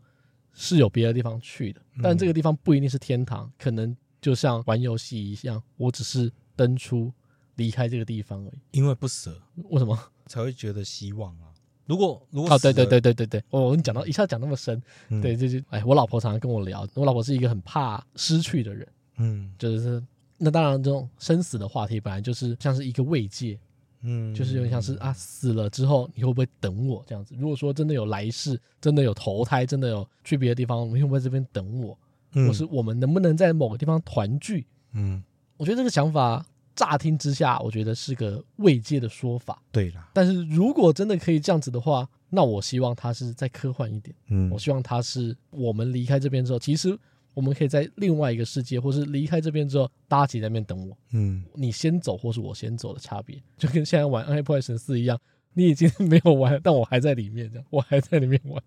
Speaker 1: 是有别的地方去的，
Speaker 2: 嗯
Speaker 1: 但这个地方不一定是天堂，可能就像玩游戏一样，我只是登出离开这个地方而已。
Speaker 2: 因为不舍
Speaker 1: 为什么？
Speaker 2: 才会觉得希望啊。如果如果
Speaker 1: 哦，对
Speaker 2: 死
Speaker 1: 对
Speaker 2: 了
Speaker 1: 对，对对对，我你讲到一下讲那么深，
Speaker 2: 嗯
Speaker 1: 对，就是哎，我老婆常常跟我聊，我老婆是一个很怕失去的人，
Speaker 2: 嗯
Speaker 1: 就是那当然这种生死的话题本来就是像是一个慰藉，
Speaker 2: 嗯，
Speaker 1: 就是有点像是啊死了之后你会不会等我这样子？如果说真的有来世，真的有投胎，真的有去别的地方，你会不会在这边等我？
Speaker 2: 嗯
Speaker 1: 或是我们能不能在某个地方团聚？
Speaker 2: 嗯，
Speaker 1: 我觉得这个想法乍听之下，我觉得是个慰藉的说法，
Speaker 2: 对啦，
Speaker 1: 但是如果真的可以这样子的话，那我希望它是再科幻一点。
Speaker 2: 嗯
Speaker 1: 我希望它是我们离开这边之后，其实我们可以在另外一个世界，或是离开这边之后，大家一起在那边等我，
Speaker 2: 嗯
Speaker 1: 你先走或是我先走的差别，就跟现在玩《暗黑破坏神四》一样，你已经没有玩，但我还在里面，这样我还在里面玩。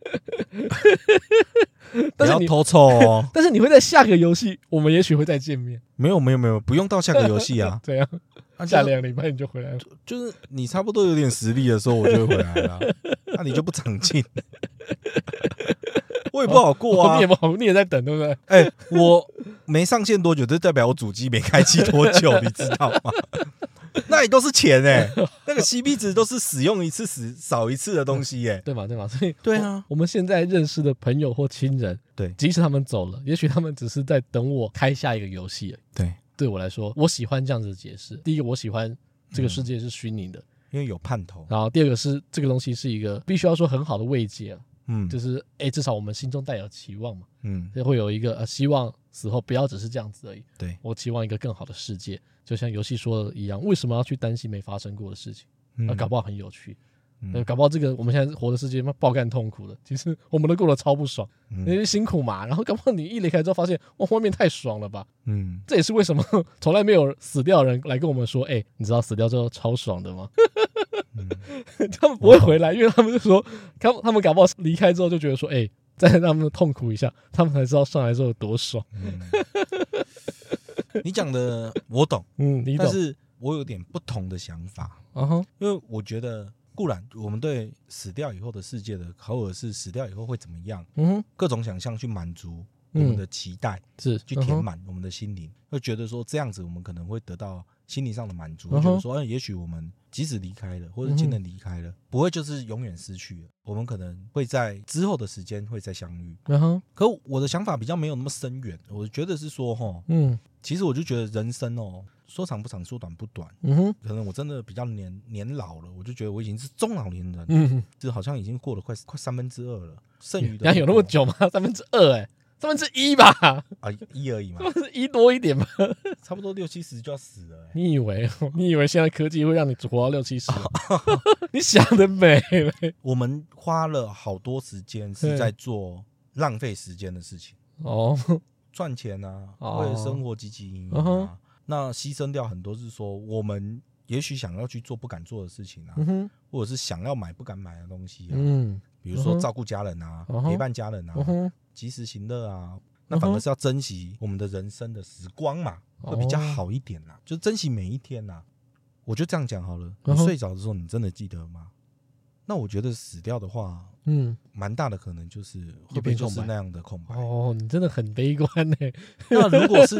Speaker 2: 不
Speaker 1: 但是
Speaker 2: 要
Speaker 1: 你，，
Speaker 2: 偷臭哦
Speaker 1: 但是你会在下个游戏，我们也许会再见面，，
Speaker 2: 没有没有没有，不用到下个游戏啊
Speaker 1: 这样
Speaker 2: 啊
Speaker 1: 下
Speaker 2: 就是
Speaker 1: 两个礼拜你就回来了。
Speaker 2: 就是你差不多有点实力的时候，我就会回来 了啊，那你就不长进，我也不好过啊
Speaker 1: 你也。不好，你也在等，对不对？
Speaker 2: 哎、我没上线多久，就代表我主机没开机多久，你知道吗？ 那也都是钱哎、 那个 CP 值都是使用一次使少一次的东西哎、
Speaker 1: 对嘛，对嘛，所以
Speaker 2: 对啊
Speaker 1: 我，我们现在认识的朋友或亲人，
Speaker 2: 对
Speaker 1: 即使他们走了，也许他们只是在等我开下一个游戏而已。
Speaker 2: 对，
Speaker 1: 对我来说，我喜欢这样子的解释。第一个，我喜欢这个世界是虚拟的；
Speaker 2: 因为有盼头，
Speaker 1: 然后第二个是这个东西是一个必须要说很好的慰藉、啊，
Speaker 2: 嗯，
Speaker 1: 就是哎、诶至少我们心中带有期望嘛，
Speaker 2: 嗯，
Speaker 1: 就会有一个呃希望死后不要只是这样子而已。
Speaker 2: 对，
Speaker 1: 我期望一个更好的世界，就像游戏说的一样，为什么要去担心没发生过的事情？啊
Speaker 2: 嗯
Speaker 1: 那、搞呃不好很有趣。
Speaker 2: 嗯
Speaker 1: 对，搞不好这个我们现在活的世界，妈爆干痛苦的。其实我们都过得超不爽，
Speaker 2: 嗯
Speaker 1: 因为辛苦嘛。然后搞不好你一离开之后，发现哇，外面太爽了吧？
Speaker 2: 嗯，
Speaker 1: 这也是为什么 从来没有死掉的人来跟我们说，哎、你知道死掉之后超爽的吗？嗯 他们不会回来，因为他们就说，他们他们搞不好离开之后就觉得说，哎、再让他们痛苦一下，他们才知道上来之后有多爽。
Speaker 2: 嗯 你讲的我懂，
Speaker 1: 嗯，你懂
Speaker 2: 但？是我有点不同的想法，
Speaker 1: 啊哈，
Speaker 2: 因为我觉得固然我们对死掉以后的世界的，或者是死掉以后会怎么样，
Speaker 1: 嗯哼，
Speaker 2: 各种想象去满足我
Speaker 1: 嗯
Speaker 2: 们的期待，
Speaker 1: 是
Speaker 2: 去
Speaker 1: 嗯
Speaker 2: 填
Speaker 1: 哼
Speaker 2: 满我们的心灵，会觉得说这样子我们可能会得到心理上的满足，
Speaker 1: 嗯哼
Speaker 2: 会觉得说，哎，也许我们即使离开了，或者亲人离开
Speaker 1: 嗯
Speaker 2: 了，不会就是永远失去了，我们可能会在之后的时间会再相遇。
Speaker 1: 嗯哼，
Speaker 2: 可我的想法比较没有那么深远，我觉得是说，哈，
Speaker 1: 嗯
Speaker 2: 其实我就觉得人生哦，说长不长，说短不短，
Speaker 1: 嗯哼，
Speaker 2: 可能我真的比较年年老了，我就觉得我已经是中老年人，
Speaker 1: 嗯，
Speaker 2: 这好像已经过了快快三分之二了，剩余
Speaker 1: 人
Speaker 2: 的
Speaker 1: 家有那么久吗？三分之二，哎，三分之一吧，三
Speaker 2: 啊一而已嘛，
Speaker 1: 分之一多一点吧。
Speaker 2: 差不多六七十就要死了、欸。
Speaker 1: 你以为你以为现在科技会让你活到六七十？ 你想得美嘞！
Speaker 2: 我们花了好多时间是在做浪费时间的事情，
Speaker 1: 哦，
Speaker 2: 赚钱啊，
Speaker 1: 哦
Speaker 2: 为了生活汲汲营营
Speaker 1: 嗯哼
Speaker 2: 啊，那牺牲掉很多是说我们也许想要去做不敢做的事情啊，
Speaker 1: 嗯哼，
Speaker 2: 或者是想要买不敢买的东西啊，
Speaker 1: 嗯
Speaker 2: 比如
Speaker 1: 嗯
Speaker 2: 说
Speaker 1: 哼
Speaker 2: 照顾家人啊，
Speaker 1: 嗯哼
Speaker 2: 陪伴家人啊
Speaker 1: 嗯，哼，嗯
Speaker 2: 及时行乐啊。那反而是要珍惜我们的人生的时光嘛，
Speaker 1: 哦
Speaker 2: 会比较好一点啦。就珍惜每一天呐。我就这样讲好了。你
Speaker 1: 嗯哼
Speaker 2: 睡着的时候，你真的记得吗？那我觉得死掉的话，
Speaker 1: 嗯，
Speaker 2: 蛮大的可能就是会
Speaker 1: 就
Speaker 2: 不会
Speaker 1: 变
Speaker 2: 就
Speaker 1: 空
Speaker 2: 是
Speaker 1: 白
Speaker 2: 那样的空白。
Speaker 1: 哦，你真的很悲观呢。
Speaker 2: 那如果 是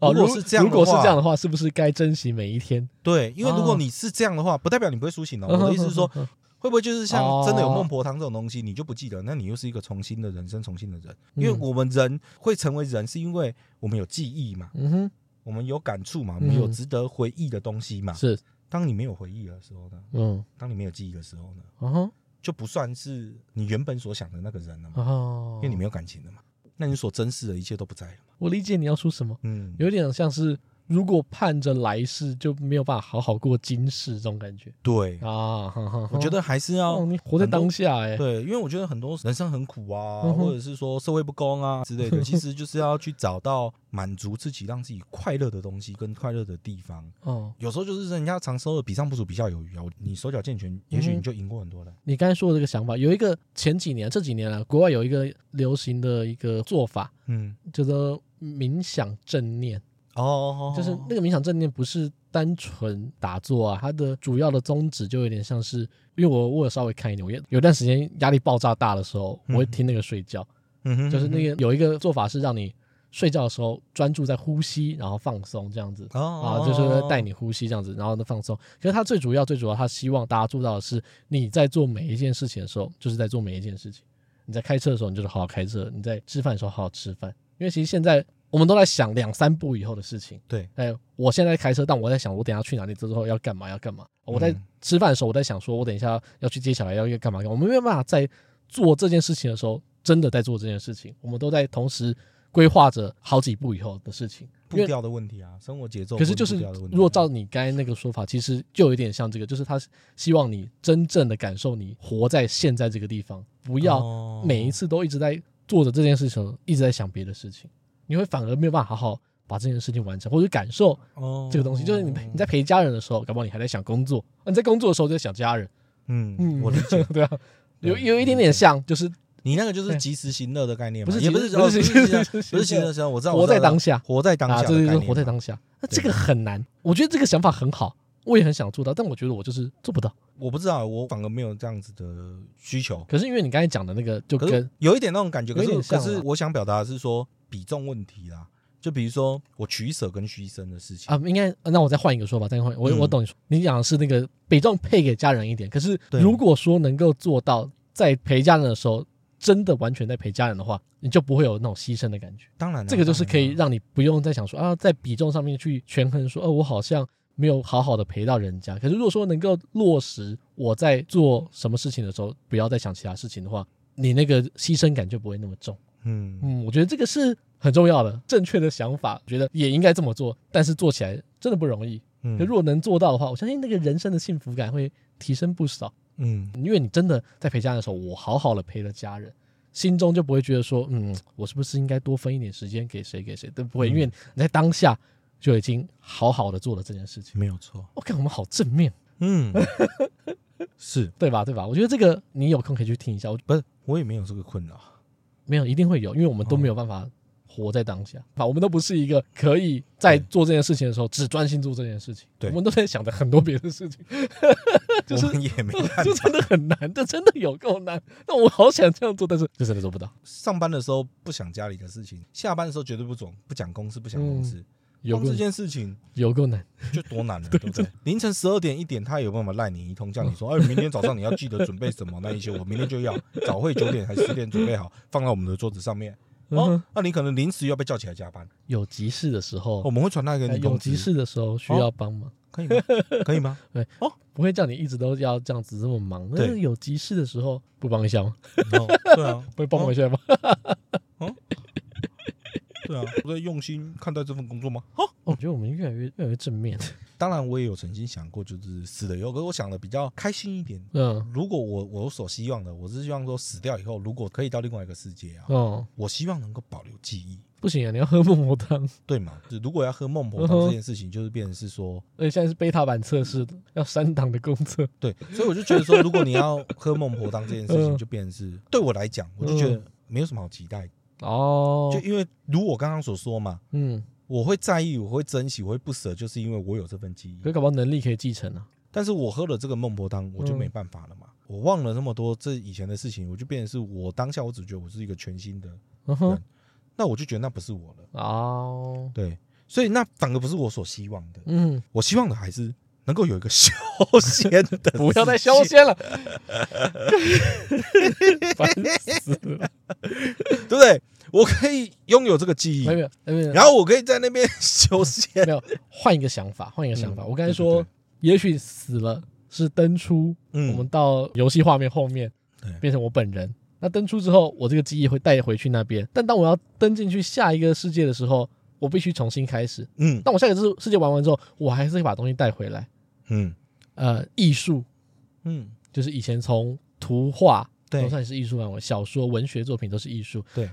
Speaker 1: 哦，
Speaker 2: 如
Speaker 1: 如
Speaker 2: 果是这样
Speaker 1: 如
Speaker 2: 的话，
Speaker 1: 果是这样的话，是不是该珍惜每一天？
Speaker 2: 对，因为如
Speaker 1: 哦
Speaker 2: 果你是这样的话，不代表你不会苏醒哦。我的意思是说，
Speaker 1: 嗯，
Speaker 2: 会不会就是像真的有
Speaker 1: 哦
Speaker 2: 孟婆汤这种东西，你就不记得？那你又是一个重新的人生，重新的人。
Speaker 1: 嗯
Speaker 2: 因为我们人会成为人，是因为我们有记忆嘛，
Speaker 1: 嗯哼，
Speaker 2: 我们有感触嘛，我
Speaker 1: 嗯
Speaker 2: 们有值得回忆的东西嘛。
Speaker 1: 是，
Speaker 2: 当你没有回忆的时候呢？
Speaker 1: 嗯，
Speaker 2: 当你没有记忆的时候呢？
Speaker 1: 啊哈，
Speaker 2: 就不算是你原本所想的那个人了嘛，
Speaker 1: 哦
Speaker 2: 因，为你没有感情了嘛。那你所珍视的一切都不在了嘛。
Speaker 1: 我理解你要说什么，
Speaker 2: 嗯，
Speaker 1: 有点像是如果盼着来世，就没有办法好好过今世这种感觉
Speaker 2: 对，
Speaker 1: 啊。哈哈
Speaker 2: 嗯我觉得还是
Speaker 1: 哦，
Speaker 2: 要
Speaker 1: 你活在当下哎、
Speaker 2: 对，因为我觉得很多人生很苦啊，
Speaker 1: 嗯哼
Speaker 2: 或者是说社会不公啊之类的，其实就是要去找到满足自己、让自己快乐的东西跟快乐的地方。
Speaker 1: 哦，
Speaker 2: 有时候就是人家常说的“比上不足，比下有余”啊，你手脚健全，也许
Speaker 1: 嗯
Speaker 2: 你
Speaker 1: 哼
Speaker 2: 就赢过很多人。
Speaker 1: 你刚才说的这个想法，有一个前几年这几年啊，国外有一个流行的一个做法，
Speaker 2: 嗯，
Speaker 1: 叫做冥想正念，
Speaker 2: 哦，
Speaker 1: 就是那个冥想正念不是单纯打坐啊，它的主要的宗旨就有点像是，因为我我有稍微看一点，我也有段时间压力爆炸大的时候，我
Speaker 2: 嗯
Speaker 1: 会听那个睡觉，
Speaker 2: 个
Speaker 1: 就是那个有一个做法是让你睡觉的时候专注在呼吸，然后放松这样子。啊，
Speaker 2: 哦，
Speaker 1: 就是带你呼吸这样子，然后呢放松。可是他最主要、最主要，他希望大家做到的是，你在做每一件事情的时候，就是在做每一件事情。你在开车的时候，你就是好好开车；你在吃饭的时候，好好吃饭。因为其实现在我们都在想两三步以后的事情。
Speaker 2: 对，
Speaker 1: 哎，我现在开车，但我在想我等一下去哪里之后要干嘛要干嘛。我
Speaker 2: 嗯
Speaker 1: 在吃饭的时候，我在想说我等一下要去接小孩要要干嘛干嘛。我们没有办法在做这件事情的时候，真的在做这件事情。我们都在同时规划着好几步以后的事情。因
Speaker 2: 步
Speaker 1: 为
Speaker 2: 调的问题啊，生活节奏
Speaker 1: 可
Speaker 2: 跟
Speaker 1: 是
Speaker 2: 步
Speaker 1: 就
Speaker 2: 调
Speaker 1: 是
Speaker 2: 的问题啊。，
Speaker 1: 如果照你刚才那个说法，其实就有点像这个，就是他希望你真正的感受你活在现在这个地方，不要
Speaker 2: 哦
Speaker 1: 每一次都一直在做着这件事情，一直在想别的事情，你会反而没有办法好好把这件事情完成，或者感受
Speaker 2: 哦
Speaker 1: 这个东西。就是你陪你在陪家人的时候，搞不好你还在想工作；啊你在工作的时候就在想家 人。
Speaker 2: 嗯，
Speaker 1: 嗯，
Speaker 2: 我理解
Speaker 1: 对啊，有
Speaker 2: 对
Speaker 1: 有一点点像，就是
Speaker 2: 你那个就
Speaker 1: 对
Speaker 2: 是及时行乐的概念嘛，
Speaker 1: 不是
Speaker 2: 也
Speaker 1: 及
Speaker 2: 不
Speaker 1: 时
Speaker 2: 是
Speaker 1: 不
Speaker 2: 哦
Speaker 1: 是
Speaker 2: 不
Speaker 1: 及时
Speaker 2: 是及时
Speaker 1: 行
Speaker 2: 不是啊行
Speaker 1: 乐
Speaker 2: 乐行乐，我知道
Speaker 1: 活
Speaker 2: 我知
Speaker 1: 在
Speaker 2: 道
Speaker 1: 当下
Speaker 2: 活在当
Speaker 1: 啊，这
Speaker 2: 下，
Speaker 1: 就是活在。当下。那这
Speaker 2: 对
Speaker 1: 个很难，我觉得这个想法很好，我也很想做到，但我觉得我就是做不到。
Speaker 2: 我不知道，我反而没有这样子的需求。
Speaker 1: 可是因为你刚才讲的那个，就
Speaker 2: 可是
Speaker 1: 跟
Speaker 2: 有一点那种感觉，可
Speaker 1: 有点
Speaker 2: 是
Speaker 1: 像
Speaker 2: 可
Speaker 1: 啊
Speaker 2: 是我想表达的是说比重问题啦，就比如说我取舍跟牺牲的事情，
Speaker 1: 啊，应该呃那我再换一个说法，再换我
Speaker 2: 嗯
Speaker 1: 我懂你说，你讲的是那个比重配给家人一点。可是
Speaker 2: 对
Speaker 1: 如果说能够做到在陪家人的时候，真的完全在陪家人的话，你就不会有那种牺牲的感觉。
Speaker 2: 当然啊
Speaker 1: 这个就是可以
Speaker 2: 当然啊
Speaker 1: 让你不用再想说啊，在比重上面去权衡说，哦、我好像没有好好的陪到人家。可是如果说能够落实我在做什么事情的时候，不要再想其他事情的话，你那个牺牲感就不会那么重。
Speaker 2: 嗯，
Speaker 1: 嗯，我觉得这个是很重要的，正确的想法，觉得也应该这么做，但是做起来真的不容易。
Speaker 2: 嗯
Speaker 1: 可如果能做到的话，我相信那个人生的幸福感会提升不少，
Speaker 2: 嗯
Speaker 1: 因为你真的在陪家人的时候，我好好的陪了家人。心中就不会觉得说，嗯，我是不是应该多分一点时间给谁给谁？都不会，
Speaker 2: 嗯
Speaker 1: 因为你在当下就已经好好的做了这件事情。
Speaker 2: 没有错，
Speaker 1: 我、看我们好正面，
Speaker 2: 嗯是
Speaker 1: 对吧？对吧？我觉得这个你有空可以去听一下，我
Speaker 2: 不是我也没有这个困扰，
Speaker 1: 没有，一定会有，因为我们都没有办法活在当下，啊，我们都不是一个可以在做这件事情的时候只专心做这件事情，
Speaker 2: 对
Speaker 1: 我们都在想着很多别的 事情， 就是
Speaker 2: 我们也没办
Speaker 1: 这
Speaker 2: 法。
Speaker 1: 真的很难，这真的有够难。那我好想这样做，但是就真的做不到，
Speaker 2: 上班的时候不想家里的事情，下班的时候绝对不总不讲公司不讲公司，
Speaker 1: 嗯有
Speaker 2: 光
Speaker 1: 够
Speaker 2: 这件事情
Speaker 1: 有够难，
Speaker 2: 就多难了，对不对？ 凌晨十二点一点，他有办法赖你一通，叫你 说，哎，明天早上你要记得准备什么那一些，我明天就要早会九点还十点准备好，放到我们的桌子上面。
Speaker 1: 嗯
Speaker 2: 哦
Speaker 1: 哼，
Speaker 2: 那你可能临时要被叫起来加班，
Speaker 1: 有急事的时候
Speaker 2: 我，们会传达给
Speaker 1: 呃
Speaker 2: 哦你
Speaker 1: 有
Speaker 2: 通
Speaker 1: 急
Speaker 2: 知，
Speaker 1: 事的时候需要帮忙，
Speaker 2: 可以吗？可以吗？
Speaker 1: 不会叫你一直都要这样子这么忙。
Speaker 2: 对
Speaker 1: 但是有急事的时候不帮一下吗？ 哦
Speaker 2: 哦对啊，
Speaker 1: 会帮我一下吗？
Speaker 2: 对啊，我在用心看待这份工作吗？哦，
Speaker 1: 我觉得我们越来越越来越正面。
Speaker 2: 当然我也有曾经想过，就是死了以后，可是我想的比较开心一点。
Speaker 1: 嗯，
Speaker 2: 如果我我所希望的，我是希望说死掉以后，如果可以到另外一个世界啊，
Speaker 1: 哦，
Speaker 2: 我希望能够保留记忆，
Speaker 1: 不行啊，你要喝孟婆汤。
Speaker 2: 对嘛？就是如果要喝孟
Speaker 1: 嗯
Speaker 2: 婆汤
Speaker 1: 哼
Speaker 2: 这件事情，就是变成是说，
Speaker 1: 而且现在是贝塔版测试的，要三档的公测。
Speaker 2: 对，所以我就觉得说，如果你要喝孟婆汤这件事
Speaker 1: 嗯
Speaker 2: 情，就变成是对我来讲，我就觉得没有什么好期待，
Speaker 1: 哦
Speaker 2: 就因为如我刚刚所说嘛，
Speaker 1: 嗯，
Speaker 2: 我会在意，我会珍惜，我会不舍，就是因为我有这份记忆
Speaker 1: 可。搞不好能力可以继承啊。
Speaker 2: 但是我喝了这个孟婆汤，我就
Speaker 1: 嗯
Speaker 2: 没办法了嘛。我忘了那么多这以前的事情，我就变成是我当下，我只觉得我是一个全新的，
Speaker 1: 嗯哼
Speaker 2: 对，那我就觉得那不是我了。
Speaker 1: 哦，
Speaker 2: 对，所以那反而不是我所希望的。
Speaker 1: 嗯，
Speaker 2: 我希望的还是能够有一个 休闲的，
Speaker 1: 不要再修。 仙了，烦死了。
Speaker 2: 对不对？我可以拥有这个记忆
Speaker 1: 没有，没有没有没
Speaker 2: 然后我可以在那边 休闲。
Speaker 1: 有，换一个想法，换一个想法。
Speaker 2: 嗯
Speaker 1: 我刚才
Speaker 2: 对对
Speaker 1: 说
Speaker 2: 对，
Speaker 1: 也许死了是登出，
Speaker 2: 嗯
Speaker 1: 我们到游戏画面后面
Speaker 2: 对
Speaker 1: 变成我本人。那登出之后，我这个记忆会带回去那边。但当我要登进去下一个世界的时候，我必须重新开始。
Speaker 2: 嗯
Speaker 1: 但我下个世世界玩完之后，我还是会把东西带回来。
Speaker 2: 嗯
Speaker 1: 呃，艺术
Speaker 2: 嗯，
Speaker 1: 就是以前从图画都
Speaker 2: 对
Speaker 1: 算是艺术范围，小说、文学作品都是艺术。
Speaker 2: 对，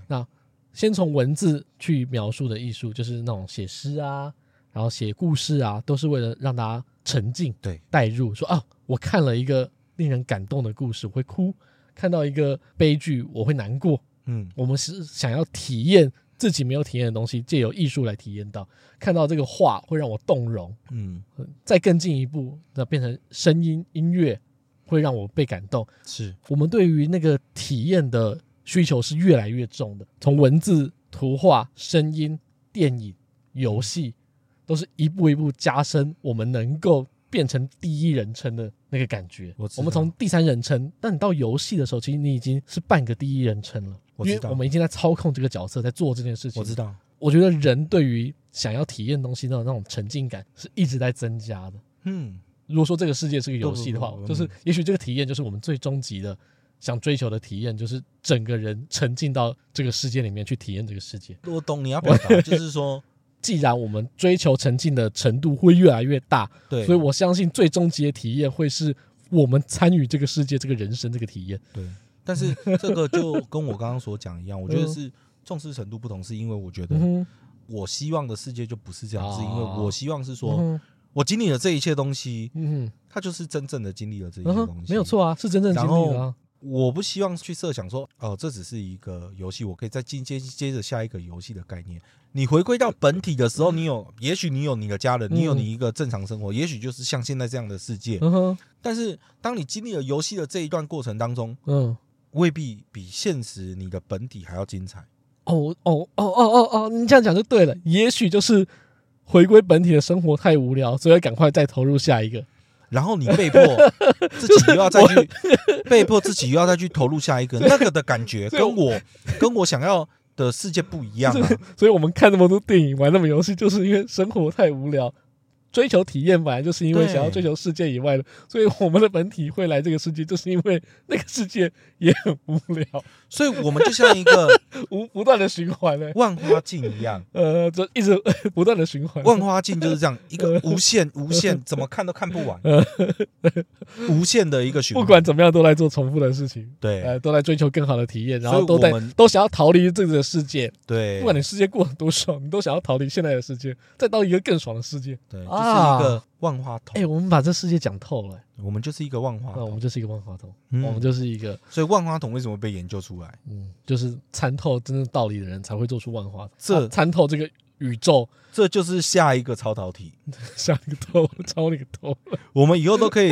Speaker 1: 先从文字去描述的艺术，就是那种写诗啊，然后写故事啊，都是为了让大家沉浸、
Speaker 2: 对
Speaker 1: 代入，说啊，我看了一个令人感动的故事，我会哭；看到一个悲剧，我会难过。
Speaker 2: 嗯
Speaker 1: 我们是想要体验自己没有体验的东西，借由艺术来体验到。看到这个画会让我动容，
Speaker 2: 嗯
Speaker 1: 再更进一步，那变成声音音乐，会让我被感动。
Speaker 2: 是，
Speaker 1: 我们对于那个体验的需求是越来越重的，从文字、图画、声音、电影、游戏，都是一步一步加深我们能够变成第一人称的那个感觉。
Speaker 2: 我
Speaker 1: 我
Speaker 2: 知道
Speaker 1: 们从第三人称，但你到游戏的时候，其实你已经是半个第一人称了，
Speaker 2: 我
Speaker 1: 因为
Speaker 2: 知道
Speaker 1: 我们已经在操控这个角色，在做这件事情。
Speaker 2: 我知道，
Speaker 1: 我觉得人对于想要体验东西的那种沉浸感是一直在增加的。
Speaker 2: 嗯
Speaker 1: 如果说这个世界是个游戏的话
Speaker 2: 不不，不
Speaker 1: 就是
Speaker 2: 嗯
Speaker 1: 也许这个体验就是我们最终极的想追求的体验，就是整个人沉浸到这个世界里面去体验这个世界。
Speaker 2: 我懂你要表 达，就是说，
Speaker 1: 既然我们追求沉浸的程度会越来越大，
Speaker 2: 对，
Speaker 1: 所以我相信最终极的体验会是我们参与这个世界、这个人生这个体验。
Speaker 2: 对，但是这个就跟我刚刚所讲一样，我觉得
Speaker 1: 嗯
Speaker 2: 是重视程度不同，是因为我觉得
Speaker 1: 嗯哼，
Speaker 2: 我希望的世界就不是这样，
Speaker 1: 哦
Speaker 2: 是因为我希望是
Speaker 1: 嗯
Speaker 2: 说，
Speaker 1: 哼
Speaker 2: 我经历了这一切东西，
Speaker 1: 嗯
Speaker 2: 它就是真正的经历了这一
Speaker 1: 哼，
Speaker 2: 切
Speaker 1: 嗯
Speaker 2: 东
Speaker 1: 哼，
Speaker 2: 西，
Speaker 1: 没有。错啊，是真正经历的
Speaker 2: 然
Speaker 1: 啊。
Speaker 2: 我不希望去设想说，哦，这只是一个游戏，我可以再进接接着下一个游戏的概念。你回归到本体的时候，你有，也许你有你的家人，
Speaker 1: 嗯
Speaker 2: 你有你一个正常生活，也许就是像现在这样的世界。
Speaker 1: 嗯哼，
Speaker 2: 但是，当你经历了游戏的这一段过程当中，
Speaker 1: 嗯。
Speaker 2: 未必比现实你的本体还要精彩。
Speaker 1: 哦哦哦哦哦哦，你这样讲就对了。也许就是回归本体的生活太无聊，所以要赶快再投入下一个。
Speaker 2: 然后你 被迫自己又要再去， 被迫自己又要再去投入下一个，那个的感 觉
Speaker 1: 所以我
Speaker 2: 跟我跟我想要的世界不一 样啊！
Speaker 1: 所以我们看那么多电影，玩那么游戏，就是因为生活太无聊，追求体验本来就是因为
Speaker 2: 对
Speaker 1: 想要追求世界以外的，所以我们的本体会来这个世界，就是因为那个世界也很无聊，
Speaker 2: 所以我们就像一个
Speaker 1: 无不断的循环呢、
Speaker 2: 万花镜一样，
Speaker 1: 呃，这一直 不断的循 环。
Speaker 2: 万花镜就是这样一 个无限无限，怎么看都看不完，无限的一个循
Speaker 1: 不
Speaker 2: 环。
Speaker 1: 管怎么样，都在做重复的事情，
Speaker 2: 对
Speaker 1: 呃，都在追求更好的体验，然后
Speaker 2: 所以
Speaker 1: 都
Speaker 2: 我
Speaker 1: 在
Speaker 2: 们
Speaker 1: 都想要逃离这个世界，
Speaker 2: 对，
Speaker 1: 不管你世界过得多爽，你都想要逃离现在的世界，再到一个更爽的世界。
Speaker 2: 对，就是
Speaker 1: 啊
Speaker 2: 一个万花
Speaker 1: 哎、哦
Speaker 2: 筒，
Speaker 1: 我们把这世界讲透了、欸
Speaker 2: 我们就是一个万花
Speaker 1: 那我
Speaker 2: 筒
Speaker 1: 们。就是一个万花筒，
Speaker 2: 嗯
Speaker 1: 我们就是一个
Speaker 2: 所以万花筒为什么被研究出来？
Speaker 1: 嗯，就是参透真正道理的人才会做出万花筒，
Speaker 2: 这
Speaker 1: 啊参透这个宇宙，
Speaker 2: 这就是下一个超导体。
Speaker 1: 想你个头，超你个头。
Speaker 2: 我们以后都可以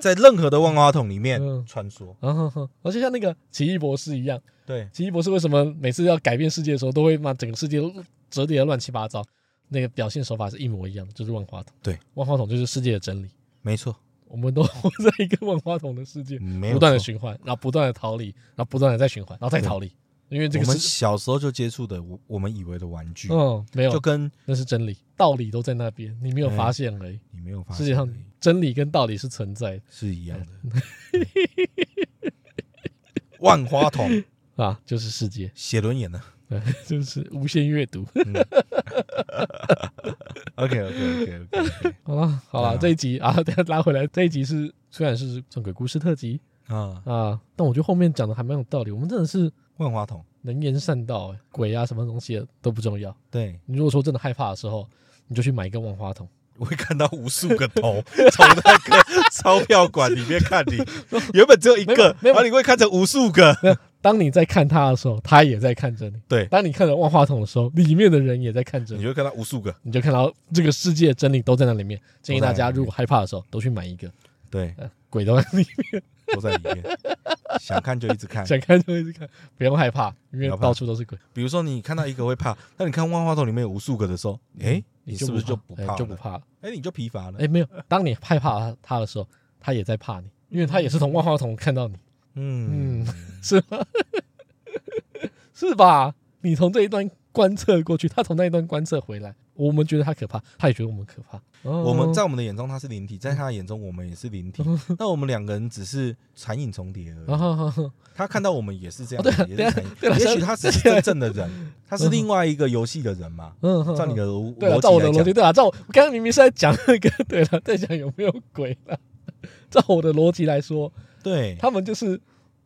Speaker 2: 在任何的万花筒里面
Speaker 1: 嗯
Speaker 2: 穿梭。
Speaker 1: 然后，而且像那个奇异博士一样，
Speaker 2: 对，
Speaker 1: 奇异博士为什么每次要改变世界的时候，都会把整个世界都折叠的乱七八糟？那个表现手法是一模一样，就是万花筒。
Speaker 2: 对，
Speaker 1: 万花筒就是世界的真理。
Speaker 2: 没错，
Speaker 1: 我们都 活在一个万花筒的世界，
Speaker 2: 嗯没有
Speaker 1: 不断的
Speaker 2: 错
Speaker 1: 循环，然后不断的逃离，然后不断的再循环，然后再逃离，因为这
Speaker 2: 我
Speaker 1: 个
Speaker 2: 们
Speaker 1: 是
Speaker 2: 小时候就接触的，我我们以为的玩具，
Speaker 1: 嗯没
Speaker 2: 就
Speaker 1: 有，
Speaker 2: 跟
Speaker 1: 那是真理，道理都在那边，你没有发现而已。
Speaker 2: 你没有发
Speaker 1: 世
Speaker 2: 现
Speaker 1: 界上
Speaker 2: 而已
Speaker 1: 真理跟道理是存在
Speaker 2: 是一样的。 万花筒，
Speaker 1: 的啊，就是世界，
Speaker 2: 写轮眼的。
Speaker 1: 对，就是无限阅读。
Speaker 2: OK OK OK OK
Speaker 1: 好了好
Speaker 2: 对
Speaker 1: 了，
Speaker 2: 啊
Speaker 1: 这一集 啊，等一下拉回来，这一集是虽然是算鬼故事特辑
Speaker 2: 啊，
Speaker 1: 啊，但我觉得后面讲的还蛮有道理，我们真的是
Speaker 2: 万花筒，
Speaker 1: 能言善道、欸，鬼啊什么东西的都不重要。
Speaker 2: 对，
Speaker 1: 你如果说真的害怕的时候，你就去买一个万花筒。
Speaker 2: 我会看到无数个头从那个钞票馆里面看 你，原本只有一个，
Speaker 1: 没有没有
Speaker 2: 然后你会看成无数个。
Speaker 1: 当你在看他的时候，他也在看着你；
Speaker 2: 对，
Speaker 1: 当你看着万花筒的时候，里面的人也在看着
Speaker 2: 你
Speaker 1: 你，
Speaker 2: 就会看到无数个。
Speaker 1: 你就看到这个世界的真理都在那里面。建议大
Speaker 2: 都在那
Speaker 1: 家，
Speaker 2: 里面
Speaker 1: 如果害怕的时候，都去买一个，
Speaker 2: 对，
Speaker 1: 呃鬼都在里面，
Speaker 2: 都在里 面，想看就一直看。
Speaker 1: 想看就一直看，不用害怕，因为
Speaker 2: 不要怕
Speaker 1: 到处都是鬼，
Speaker 2: 比如说你看到一个会怕，但你看万花筒里面有无数个的时候，哎、你是不是就不
Speaker 1: 哎
Speaker 2: 怕了？
Speaker 1: 就不怕了？
Speaker 2: 哎、你就疲乏了。
Speaker 1: 哎，没有，当你害怕他他的时候，他也在怕你，因为他也是从万花筒看到你，
Speaker 2: 嗯
Speaker 1: 嗯， 是吗？是吧？你从这一端观测过去，他从那一端观测回来，我们觉得他可怕，他也觉得我们可怕。哦
Speaker 2: 我
Speaker 1: 我
Speaker 2: 们在我们的眼中他是灵体，在他的眼中我们也是灵 体。那我们两个人只是残影重叠而
Speaker 1: 啊，
Speaker 2: 已。
Speaker 1: 好好好
Speaker 2: 他看到我们也是这样，
Speaker 1: 哦
Speaker 2: 也
Speaker 1: 对啊
Speaker 2: 是
Speaker 1: 对啊
Speaker 2: 残影。
Speaker 1: 对啊
Speaker 2: 也许他只是真正的人，他是另外一个游戏的人嘛。
Speaker 1: 嗯，
Speaker 2: 照你
Speaker 1: 嗯
Speaker 2: 的逻
Speaker 1: 对了，
Speaker 2: 逻
Speaker 1: 照我
Speaker 2: 辑
Speaker 1: 的
Speaker 2: 来
Speaker 1: 逻
Speaker 2: 讲
Speaker 1: 辑，，对了，照我我刚刚明明是在讲那个，对了，在讲有没有鬼 了。照我的逻辑来说，
Speaker 2: 对，
Speaker 1: 他们就是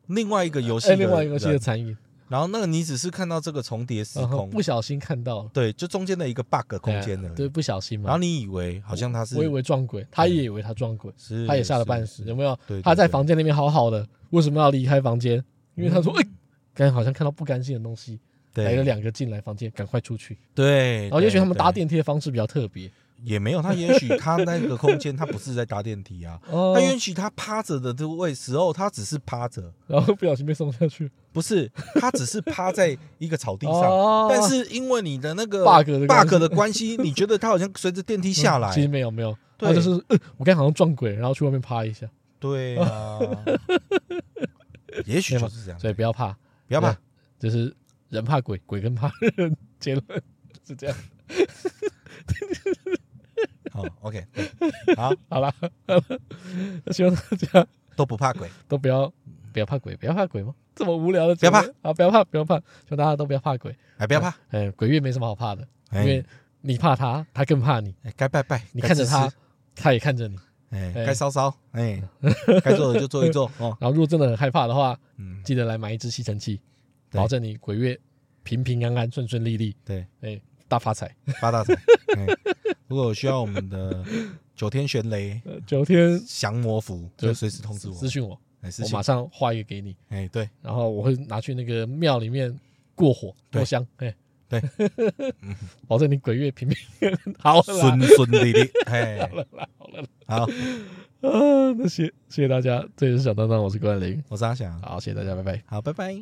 Speaker 2: 另外一个游戏
Speaker 1: 哎，
Speaker 2: 的
Speaker 1: 另外一个游戏的
Speaker 2: 人
Speaker 1: 残影，
Speaker 2: 然后那个你只是看到这个重叠时
Speaker 1: 然后
Speaker 2: 空
Speaker 1: 不，小心看到了
Speaker 2: 对，就中间的一个 bug 空间
Speaker 1: 哎
Speaker 2: 的
Speaker 1: 呀。对，不小心
Speaker 2: 然后
Speaker 1: 嘛。
Speaker 2: 你以为好像他是
Speaker 1: 我以为撞鬼，他也以为他撞鬼，
Speaker 2: 是，
Speaker 1: 他也吓得半死，
Speaker 2: 是
Speaker 1: 有没有
Speaker 2: 对对？
Speaker 1: 他在
Speaker 2: 对
Speaker 1: 房间里面好好的，为什么要离开房间？因为他说，哎，刚才好像看到不干净的东西，来了
Speaker 2: 嗯对
Speaker 1: 两个进来房间，赶快出去。
Speaker 2: 对，
Speaker 1: 然后也许
Speaker 2: 对
Speaker 1: 他们搭
Speaker 2: 对
Speaker 1: 电梯的方式比较特别，
Speaker 2: 也没有，他也许他那个空间他不是在搭电 梯啊，
Speaker 1: 哦
Speaker 2: 他，也许他趴着的这位时候，他只是趴着，
Speaker 1: 然后不小心被送下去，
Speaker 2: 不是他只是趴在一个草地 上，
Speaker 1: 哦
Speaker 2: 但是因为你的那个
Speaker 1: bug 的关系
Speaker 2: bug 的关系，你觉得他好像随着电梯下来
Speaker 1: 嗯其，实没有没有，
Speaker 2: 对
Speaker 1: 他就是呃我刚才好像撞鬼，然后去外面趴一下，
Speaker 2: 对 啊，也许就是这样，
Speaker 1: 所以不要怕，
Speaker 2: 不要怕
Speaker 1: 对，就是人怕鬼，鬼更怕人，结论是这样。
Speaker 2: 好，OK，对哦好，
Speaker 1: 好啦，那 希望大家
Speaker 2: 都不怕鬼，
Speaker 1: 都不要不要怕鬼，不要怕鬼吗？这么无聊的
Speaker 2: 不要
Speaker 1: 节目啊！不要怕，不要怕，希望大家都不要怕鬼。
Speaker 2: 哎，不要怕，
Speaker 1: 哎，鬼月没什么好怕的，因
Speaker 2: 哎
Speaker 1: 为，你怕他，他更怕你，
Speaker 2: 哎该拜拜，
Speaker 1: 你
Speaker 2: 该
Speaker 1: 看着
Speaker 2: 吃
Speaker 1: 他
Speaker 2: 吃，，
Speaker 1: 他也看着你。
Speaker 2: 哎，
Speaker 1: 哎
Speaker 2: 该烧烧， 哎，该做的就做一做哦，
Speaker 1: 然后如果真的很害怕的话，
Speaker 2: 嗯，
Speaker 1: 记得来买一支吸尘器，
Speaker 2: 对
Speaker 1: 保证你鬼月平平安安、顺顺利利，
Speaker 2: 对。
Speaker 1: 哎，大发财。
Speaker 2: 发大财。嗯如果有需要我们的九天玄雷
Speaker 1: 呃九天
Speaker 2: 降魔符，
Speaker 1: 就
Speaker 2: 就随时通知我
Speaker 1: 私。讯我，
Speaker 2: 哎，私
Speaker 1: 我
Speaker 2: 信
Speaker 1: 马上画一个给你，
Speaker 2: 哎，对，
Speaker 1: 然后我会拿去那个庙里面过火
Speaker 2: 对
Speaker 1: 过香，哎，
Speaker 2: 对，嗯
Speaker 1: 保证你鬼月平平安安。好了啦
Speaker 2: 顺，顺利利。哎
Speaker 1: 好，了啦，好了啦，
Speaker 2: 好，
Speaker 1: 啊，那谢谢谢大家，这里是小当当，我是关凌，
Speaker 2: 我是阿翔，
Speaker 1: 好，谢谢大家，拜拜。
Speaker 2: 好，拜拜。